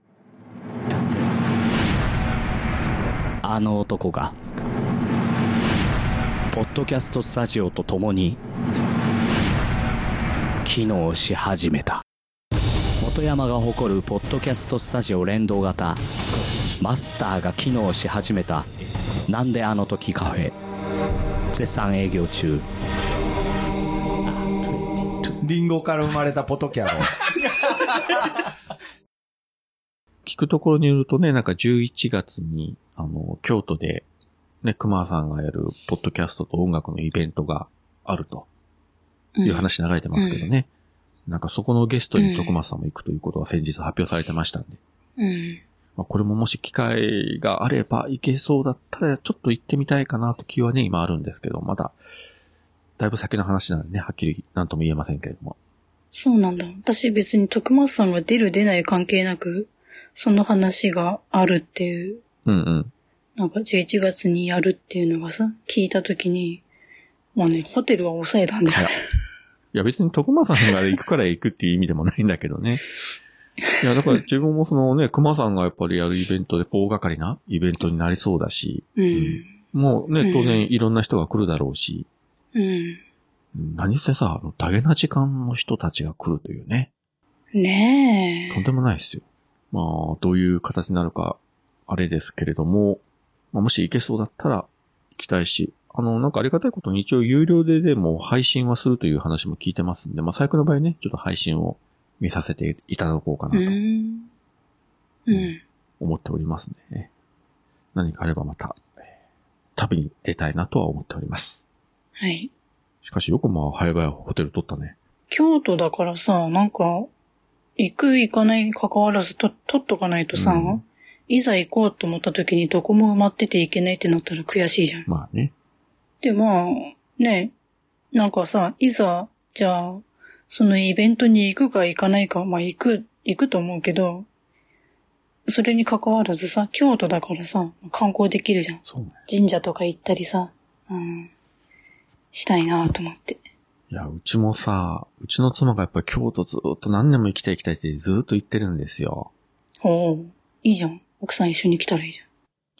Speaker 3: あの男がポッドキャストスタジオと共に機能し始めた元山が誇るポッドキャストスタジオ連動型マスターが機能し始めた「なんであの時カフェ」絶賛営業中
Speaker 4: リンゴから生まれたポトキャロ。
Speaker 1: 聞くところによるとね、なんか11月に、あの、京都で、ね、熊さんがやる、ポッドキャストと音楽のイベントがあると
Speaker 2: うん
Speaker 1: いう話流れてますけどね。なんかそこのゲストに徳松さんも行くということが先日発表されてましたんで。
Speaker 2: うん。
Speaker 1: まあ、これももし機会があれば行けそうだったら、ちょっと行ってみたいかなと気はね、今あるんですけど、まだ、だいぶ先の話なんでね、はっきり何とも言えませんけれども。
Speaker 2: そうなんだ。私別に徳松さんが出る出ない関係なく、その話があるっていう、
Speaker 1: うんうん。
Speaker 2: なんか11月にやるっていうのがさ、聞いたときに、まあね、ホテルは抑えたんだ
Speaker 1: はい
Speaker 2: よ。
Speaker 1: いや別に徳間さんが行くから行くっていう意味でもないんだけどね。いやだから自分もその ね、熊さんがやっぱりやるイベントで大掛かりなイベントになりそうだし、
Speaker 2: うん。
Speaker 1: もう
Speaker 2: う
Speaker 1: ね、
Speaker 2: ん
Speaker 1: 当然いろんな人が来るだろうし、
Speaker 2: うん。
Speaker 1: うん何せさ、あの大変な時間の人たちが来るというね、
Speaker 2: ね
Speaker 1: とんでもないですよ。まあ、どういう形になるか、あれですけれども、まあ、もし行けそうだったら行きたいし、あの、なんかありがたいことに一応有料ででも配信はするという話も聞いてますんで、まあ、最悪の場合ね、ちょっと配信を見させていただこうか
Speaker 2: え。う
Speaker 1: なと
Speaker 2: ん。うん。
Speaker 1: 思っておりますね。何かあればまた、えー旅に出たいなとは思っております。
Speaker 2: はい。
Speaker 1: しかしよくまあ、早々ホテル取ったね。
Speaker 2: 京都だからさ、なんか、行く行かないに関わらずと、取っとかないとさ、
Speaker 1: うん
Speaker 2: いざ行こうと思った時にどこも埋まってて行けないってなったら悔しいじゃん。
Speaker 1: まあね。
Speaker 2: で、まあ、ね、なんかさ、いざ、じゃあ、そのイベントに行くか行かないか、まあ行く、行くと思うけど、それに関わらずさ、京都だからさ、観光できるじゃん。
Speaker 1: そうね。
Speaker 2: 神社とか行ったりさ、うん、したいなと思って。
Speaker 1: いや、うちもさ、うちの妻がやっぱ京都ずっと何年も行きたい行きたいってずっと言ってるんですよ。
Speaker 2: おお、いいじゃん。奥さん一緒に来たらいいじゃん。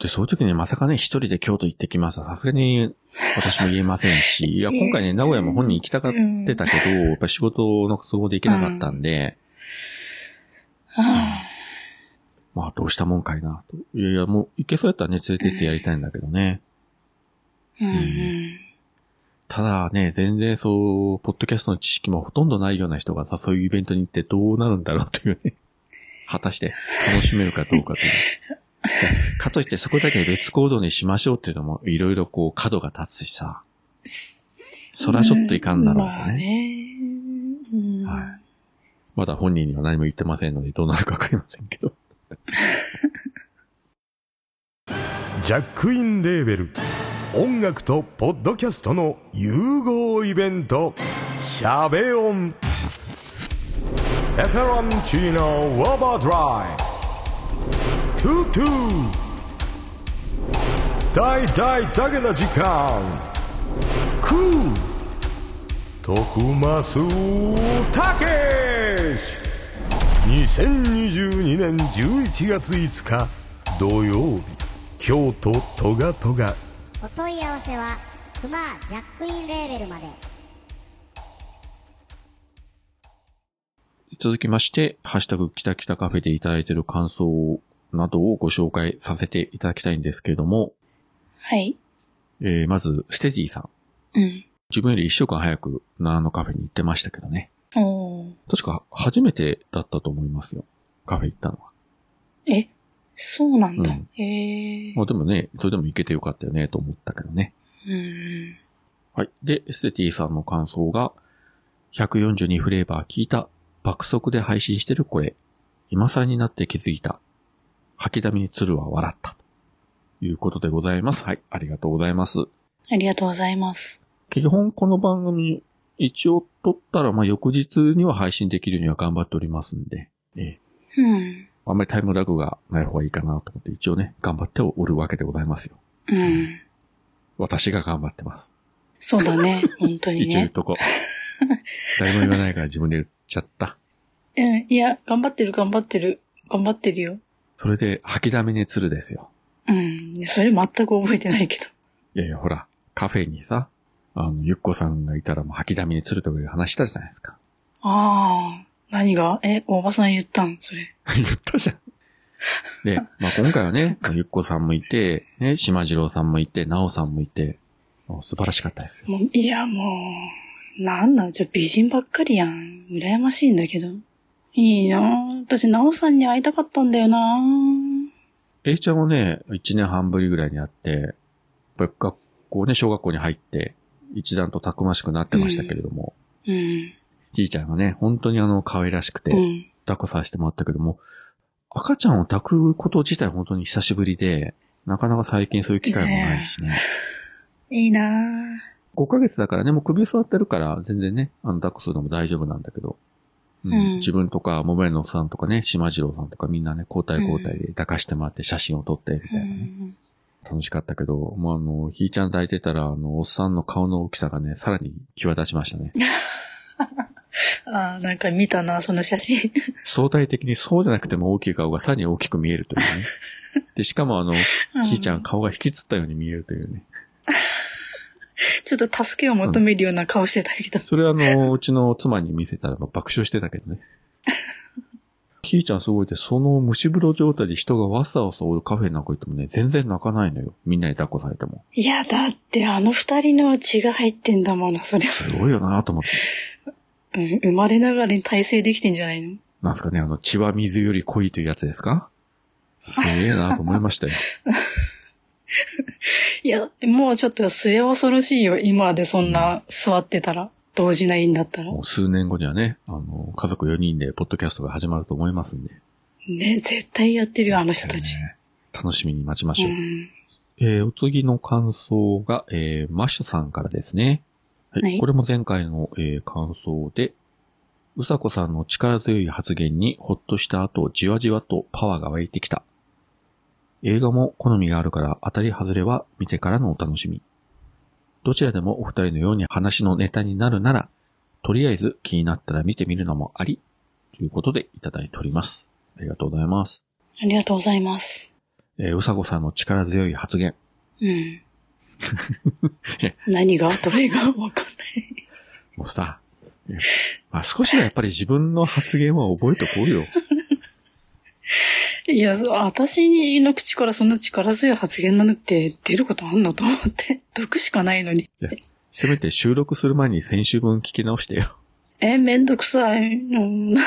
Speaker 1: で、そういう時にまさかね、一人で京都行ってきます。さすがに私 も言えませんし、いや、今回ね、名古屋も本人行きたがってたけど、やっぱ仕事の都合で行けなかったんで、
Speaker 2: あ
Speaker 1: まあどうしたもんかいなと。いやいや、もう行けそうやったらね、連れて行ってやりたいんだけどね。
Speaker 2: あ、うんうん。
Speaker 1: ただね、全然そう、ポッドキャストの知識もほとんどないような人がさ、そういうイベントに行って どうなるんだろうというね。果たして楽しめるかどうかという。 かといってそこだけ別行動にしましょうっていうのも、いろいろこう角が立つしさ、そらちょっといかんだろう
Speaker 2: まあ
Speaker 1: ね。
Speaker 2: ね。うん。
Speaker 1: はいまだ本人には何も言ってませんので、どうなるかわかりませんけど。
Speaker 5: ジャックインレーベル音楽とポッドキャストの融合イベント「シャベオン」「エフェロンチーノウォーバードライ」「トゥトゥ」「大大だけな時間」「クー」「徳マスたけし」2022年11月5日土曜日京都トガトガ
Speaker 6: お問い合わせはクマジャックインレーベルまで
Speaker 1: 続きまして、ハッシュタグキタキタカフェでいただいている感想などをご紹介させていただきたいんですけれども、
Speaker 2: はい。
Speaker 1: えー、まず、ステディさん。
Speaker 2: うん。
Speaker 1: 自分より一週間早くナのカフェに行ってましたけどね。
Speaker 2: おー
Speaker 1: 確か初めてだったと思いますよ。カフェ行ったのは。
Speaker 2: え、そうなんだ
Speaker 1: うん。
Speaker 2: へえ。
Speaker 1: まあでもね、それでも行けてよかったよねと思ったけどね。
Speaker 2: うん。
Speaker 1: はい。で、ステティさんの感想が、142フレーバー聞いた。爆速で配信してるこれ。今更になって気づいた。吐きだめに鶴は笑った。ということでございます。はい。ありがとうございます。
Speaker 2: ありがとうございます。
Speaker 1: 基本この番組、一応撮ったら、まあ、翌日には配信できるようには頑張っておりますんで、ええ
Speaker 2: うん。
Speaker 1: あんまりタイムラグがない方がいいかなと思って、一応ね、頑張っておるわけでございますよ。
Speaker 2: うん。
Speaker 1: 私が頑張ってます。
Speaker 2: そうだ ね。本当に
Speaker 1: 一応言っ
Speaker 2: ね。
Speaker 1: とこう。誰も言わないから自分で言っちゃった。
Speaker 2: うん。いや、頑張ってる、頑張ってる。頑張ってるよ。
Speaker 1: それで、吐きだめに鶴ですよ。
Speaker 2: うん。それ全く覚えてないけど。
Speaker 1: いやいや、ほら、カフェにさ、あの、ゆっこさんがいたらもう吐きだめに鶴とかいう話したじゃないですか。
Speaker 2: ああ。何がえ、おばさん言ったんそれ。
Speaker 1: 言ったじゃん。で、まあ、今回はね、ゆっこさんもいて、ね、島次郎さんもいて、なおさんもいて、もう素晴らしかったですよ。
Speaker 2: もう、いや、もう、なんなんちょ、美人ばっかりやん。羨ましいんだけど。いいなぁ私、なおさんに会いたかったんだよなぁ
Speaker 1: えいちゃんもね、1年半ぶりぐらいに会って、やっぱり学校ね、小学校に入って、一段とたくましくなってましたけれども、
Speaker 2: うん。
Speaker 1: じいちゃんがね、本当にあの、可愛らしくて、
Speaker 2: うん。
Speaker 1: 抱っこさせてもらったけども、赤ちゃんを抱くこと自体本当に久しぶりで、なかなか最近そういう機会もないしね。
Speaker 2: いいなぁ
Speaker 1: 5ヶ月だからね、もう首座ってるから、全然ね、あの、抱っこするのも大丈夫なんだけど、うん
Speaker 2: うん
Speaker 1: 自分とか、桃江野さんとかね、島次郎さんとかみんなね、交代交代で抱かしてもらって写真を撮って、みた
Speaker 2: う
Speaker 1: いなね、
Speaker 2: ん。
Speaker 1: 楽しかったけど、もうあの、ひーちゃん抱いてたら、あの、おっさんの顔の大きさがね、さらに際立ちましたね。
Speaker 2: ああ、なんか見たな、その 写真。
Speaker 1: 相対的にそうじゃなくても大きい顔がさらに大きく見えるというね。で、しかもあの、ひーちゃん顔が引きつったように見えるというね。
Speaker 2: ちょっと助けを求めるような顔してたけど。
Speaker 1: それあの、うちの妻に見せたらまあ爆笑してたけどね。ひーちゃんすごいって、その蒸し風呂状態で人がわさわさおるカフェなんか行ってもね、全然泣かないのよ。みんなに抱っこされても。
Speaker 2: いや、だってあの二人の血が入ってんだもの、それ。
Speaker 1: すごいよなと思って。
Speaker 2: うん、生まれながらに体制できてんじゃないの
Speaker 1: なんすかね、あの、血は水より濃いというやつですかすげえなと思いましたよ。
Speaker 2: いや、もうちょっと末恐ろしいよ、今でそんな座ってたら。動じないんだったら
Speaker 1: も。う数年後にはね、あの、家族4人でポッドキャストが始まると思いますんで。
Speaker 2: ね、絶対やってるよ、あの人たち。
Speaker 1: ね楽しみに待ちまし
Speaker 2: う
Speaker 1: ょう。
Speaker 2: ん。
Speaker 1: えーお次の感想が、えーマッシュさんからですね。はい。
Speaker 2: はい
Speaker 1: これも前回の、えー感想で、うさこさんの力強い発言にほっとした後、じわじわとパワーが湧いてきた。映画も好みがあるから当たり外れは見てからのお楽しみ。どちらでもお二人のように話のネタになるなら、とりあえず気になったら見てみるのもあり、ということでいただいております。ありがとうございます。
Speaker 2: ありがとうございます。
Speaker 1: えーうさこさんの力強い発言。
Speaker 2: うん。何がどれがわかん
Speaker 1: もうさ、いやまあ、少しはやっぱり自分の発言は覚えてこうよ。
Speaker 2: ない。いや、そう私の口からそんな力強い発言なんて出ることあんのと思って。 毒しかないのに。
Speaker 1: せめて収録する前に先週分聞き直してよ。
Speaker 2: え、めんどくさい。う
Speaker 1: ひ
Speaker 2: ん。 い
Speaker 1: で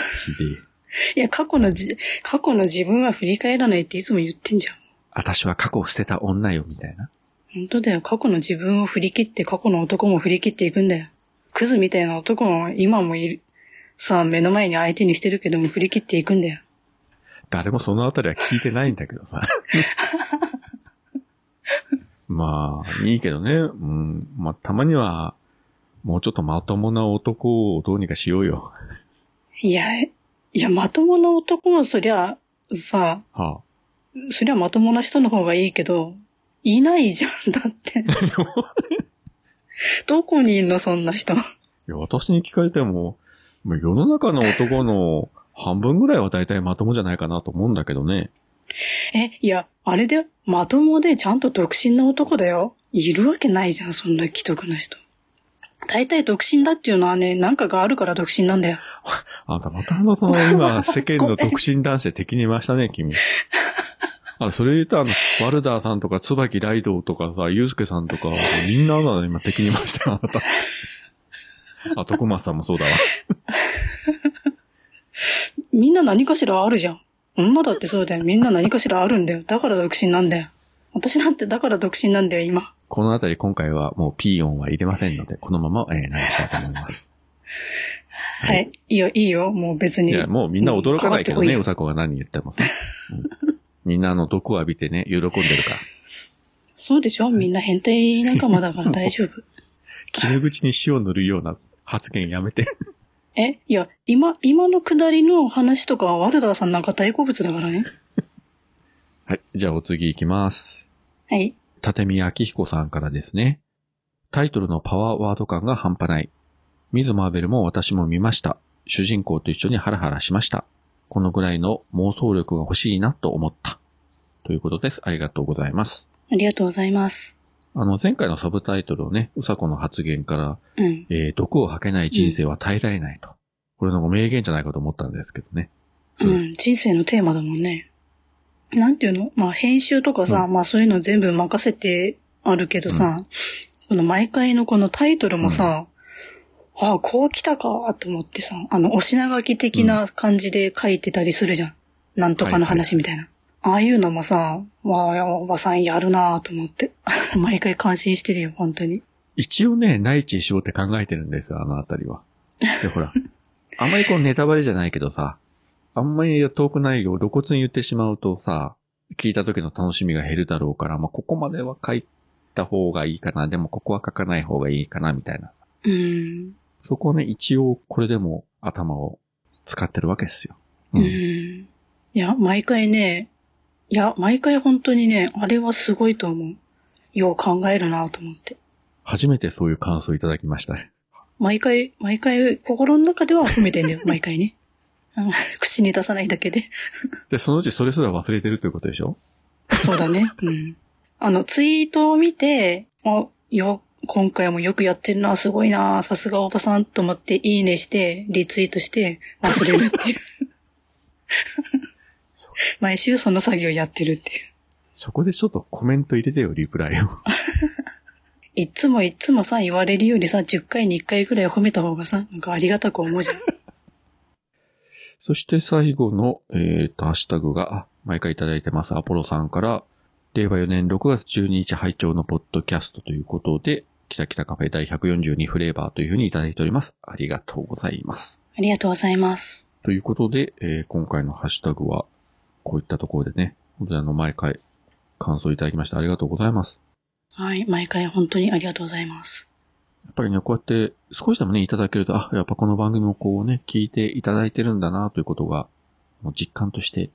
Speaker 1: え
Speaker 2: や、過去のじ、過去の自分は振り返らないっていつも言ってんじゃん。
Speaker 1: 私は過去を捨てた女よ、みたいな。
Speaker 2: 本当だよ。過去の自分を振り切って、過去の男も振り切っていくんだよ。クズみたいな男も今もいる。さあ、目の前に相手にしてるけども振り切っていくんだよ。
Speaker 1: 誰もそのあたりは聞いてないんだけどさ。まあ、いいけどね。うん。まあ、たまには、もうちょっとまともな男をどうにかしようよ。
Speaker 2: いや、いや、まともな男もそりゃ、さ
Speaker 1: は
Speaker 2: そりゃまともな人の方がいいけど、いないじゃん、だ って。どこにいんの、そんな人。
Speaker 1: あ。いや、私に聞かれても、もう世の中の男の半分ぐらいは大体まともじゃないかなと思うんだけどね。
Speaker 2: え、いや、あれだよ。まともでちゃんと独身な男だよ。いるわけないじゃん、そんな既得な人。大体独身だっていうのはね、なんかがあるから独身なんだよ。
Speaker 1: あんたまたあの、その、今、世間の独身男性敵に回したね、君。あ、それ言うとあの、ワルダーさんとか、椿ライドウとかさ、ユースケさんとか、みんなあなた今敵に回したよ、あなた。あ、徳松さんもそうだわ。
Speaker 2: みんな何かしらあるじゃん。女だってそうだよ。みんな何かしらあるんだよ。だから独身なんだよ。私だってだから独身なんだよ、今。
Speaker 1: このあたり今回はもうピー音は入れませんので、このまま、えー、流したいと思います。
Speaker 2: はい。い、いよ、いいよ。もう別
Speaker 1: い
Speaker 2: に。
Speaker 1: や、もうみんな驚かないけど
Speaker 2: う
Speaker 1: ね、
Speaker 2: ん
Speaker 1: うさこが何言ってもさ。うんみんなあの、毒を浴びてね、喜んでる から。
Speaker 2: そうでしょみんな変態仲間だから大丈夫。
Speaker 1: 切れ口に塩塗るような発言やめて。
Speaker 2: えいや、今、今のくだりの話とかはワルダーさんなんか大好物だからね。
Speaker 1: はい、じゃあお次行きます。
Speaker 2: はい。
Speaker 1: 立見明彦さんからですね。タイトルのパワーワード感が半端ない。ミズ・マーベルも私も見ました。主人公と一緒にハラハラしました。このぐらいの妄想力が欲しいなと思った。ということです。ありがとうございます。
Speaker 2: ありがとうございます。
Speaker 1: あの、前回のサブタイトルをね、うさこの発言から、
Speaker 2: うん。
Speaker 1: えー毒を吐けない人生は耐えられないと。これの名言じゃないかと思ったんですけどね。
Speaker 2: う。
Speaker 1: そうん
Speaker 2: 人生のテーマだもんね。なんていうのまあ、編集とかさ、まあそういうの全部任せてあるけどさ、この毎回のこのタイトルもさ、ああ、こう来たかと思ってさ、あの、お品書き的な感じで書いてたりするじゃん。なんとかの話みたいな。ああいうのもさ、わあ、おばさんやるなと思って。 毎回感心してるよ、本当に。
Speaker 1: 一応ね、内地しようって考えてるんですよ、あのあたりは。で、ほら、あんまりこうネタバレじゃないけどさ、あんまり遠くないよ、露骨に言ってしまうとさ、聞いた時の楽しみが減るだろうから、まあ、ここまでは書いた方がいいかな、でもここは書かない方がいいかな、みたいな。
Speaker 2: うん。
Speaker 1: そこをね、一応これでも頭を使ってるわけですよ。
Speaker 2: う。ん。いや、毎回ね、いや、毎回本当にね、あれはすごいと思う。よう考えるなと思って。
Speaker 1: 初めてそういう感想いただきましたね。
Speaker 2: 毎回、毎回、心の中では褒め てんだよ、毎回ね。うん口に出さないだけで。
Speaker 1: で、そのうちそれすら忘れてるということでしょ
Speaker 2: そうだね。うん。あの、ツイートを見て、あ、よ、今回もよくやってるな、すごいな、さすがおばさんと思って、いいねして、リツイートして、忘れるって いう。毎週その作業やってるっていう。
Speaker 1: そこでちょっとコメント入れてよ、リプライを。
Speaker 2: いっつもいっつもさ、言われるよりさ、10回に1回ぐらい褒めた方がさ、なんか ありがたく思うじゃん。
Speaker 1: そして最後の、えー、と、ハッシュタグが、あ毎回いただいてます、アポロさんから、令和4年6月12日拝聴のポッドキャストということで、キタキタカフェ第142フレーバーというふうにいただいております。ありがとうございます。
Speaker 2: ありがとうございます。
Speaker 1: ということで、えー今回のハッシュタグは、こういったところでね、本当にあの、毎回、感想いただきましてありがとうございます。
Speaker 2: はい、毎回本当にありがとうございます。
Speaker 1: やっぱりね、こうやって少しでもね、いただけると、あ、やっぱこの番組をこうね、聞いていただいてるんだな、ということが、もう実感として、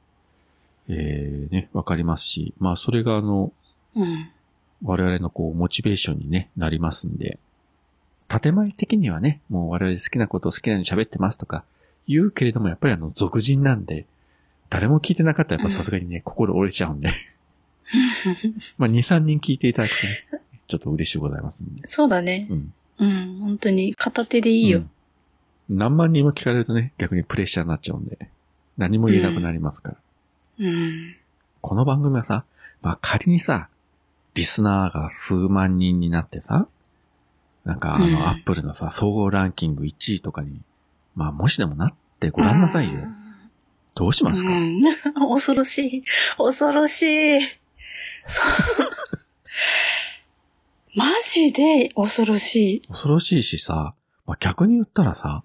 Speaker 1: えー、ね、わかりますし、まあそれがあの、
Speaker 2: うん。
Speaker 1: 我々のこう、モチベーションにね、なりますんで、建前的にはね、もう我々好きなことを好きなように喋ってますとか、言うけれども、やっぱりあの、俗人なんで、誰も聞いてなかったらやっぱさすがにね、心折れちゃうんで、 まあ2、3人聞いていただくとね、ちょっと嬉しいございますんで。
Speaker 2: そうだね
Speaker 1: う。ん。
Speaker 2: うん、本当に片手でいいよ。
Speaker 1: うん何万人も聞かれるとね、逆にプレッシャーになっちゃうんで、何も言えなくなりますから。
Speaker 2: うん。
Speaker 1: この番組はさ、まあ仮にさ、リスナーが数万人になってさ、なんかあ
Speaker 2: うん
Speaker 1: の、アップルのさ、総合ランキング1位とかに、まあもしでもなってごらんな さいよ。どうしますか、
Speaker 2: うん。恐ろしい。恐ろしい。 そう。マジで恐ろしい。
Speaker 1: 恐ろしいしさ、まあ、逆に言ったらさ、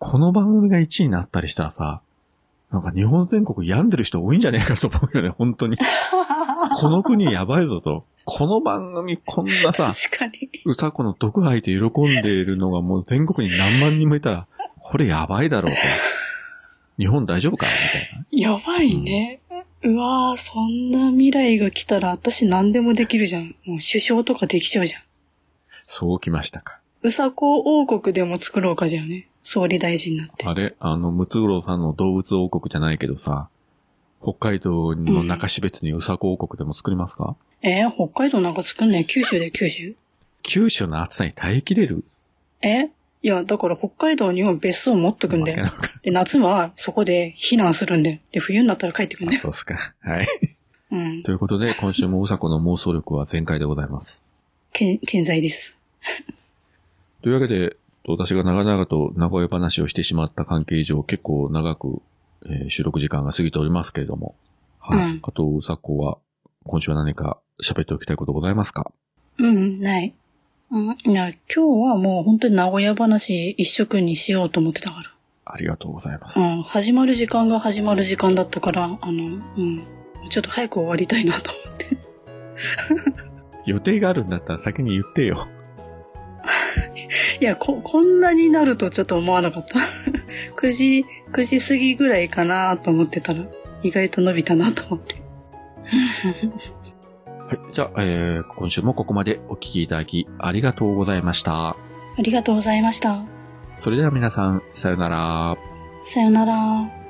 Speaker 1: この番組が1位になったりしたらさ、なんか日本全国病んでる人多いんじゃねえかと思うよね、 本当に。この国やばいぞと。この番組こんなさ、
Speaker 2: 確かに。
Speaker 1: 歌子の毒吐いて喜んでいるのがもう全国に何万人もいたら、これやばいだろうと。日本大丈夫かみたいな。
Speaker 2: やばいね。うわぁ、そんな未来が来たら私何でもできるじゃん。もう首相とかできちゃうじゃん。
Speaker 1: そうきましたか。
Speaker 2: うさこ王国でも作ろうかじゃんね。総理大臣になって。
Speaker 1: あれあの、ムツゴロウさんの動物王国じゃないけどさ、北海道の中標津にうさこ王国でも作りますか、
Speaker 2: えー北海道なんか作んない九州で九州
Speaker 1: 九州の暑さに耐えきれる
Speaker 2: えいや、だから北海道には別荘持っとくんだよ。で、夏はそこで避難するんだよ。で、冬になったら帰ってくんだよ。
Speaker 1: そうっすか。はい。
Speaker 2: うん。
Speaker 1: ということで、今週もうさこの妄想力は全開でございます。
Speaker 2: けん、健在です。
Speaker 1: というわけで、私が長々と名古屋話をしてしまった関係上、結構長く、えー収録時間が過ぎておりますけれども。はい。
Speaker 2: うん
Speaker 1: あと、うさこは、今週は何か喋っておきたいことございますか
Speaker 2: うん、ない。うん、いや、今日はもう本当に名古屋話一色にしようと思ってたか
Speaker 1: ありがとうございます。
Speaker 2: ら。うん、始まる時間が始まる時間だったから、あの、うん、ちょっと早く終わりたいなと思って。
Speaker 1: 予定があるんだったら先に言ってよ。
Speaker 2: いや、こ、こんなになるとちょっと思わなかった。9時、9時過ぎぐらいかなと思ってたら、意外と伸びたなと思って。
Speaker 1: はい。じゃあ、えー今週もここまでお聞きいただき、ありがとうございました。
Speaker 2: ありがとうございました。
Speaker 1: それでは皆さん、さよなら。
Speaker 2: さよなら。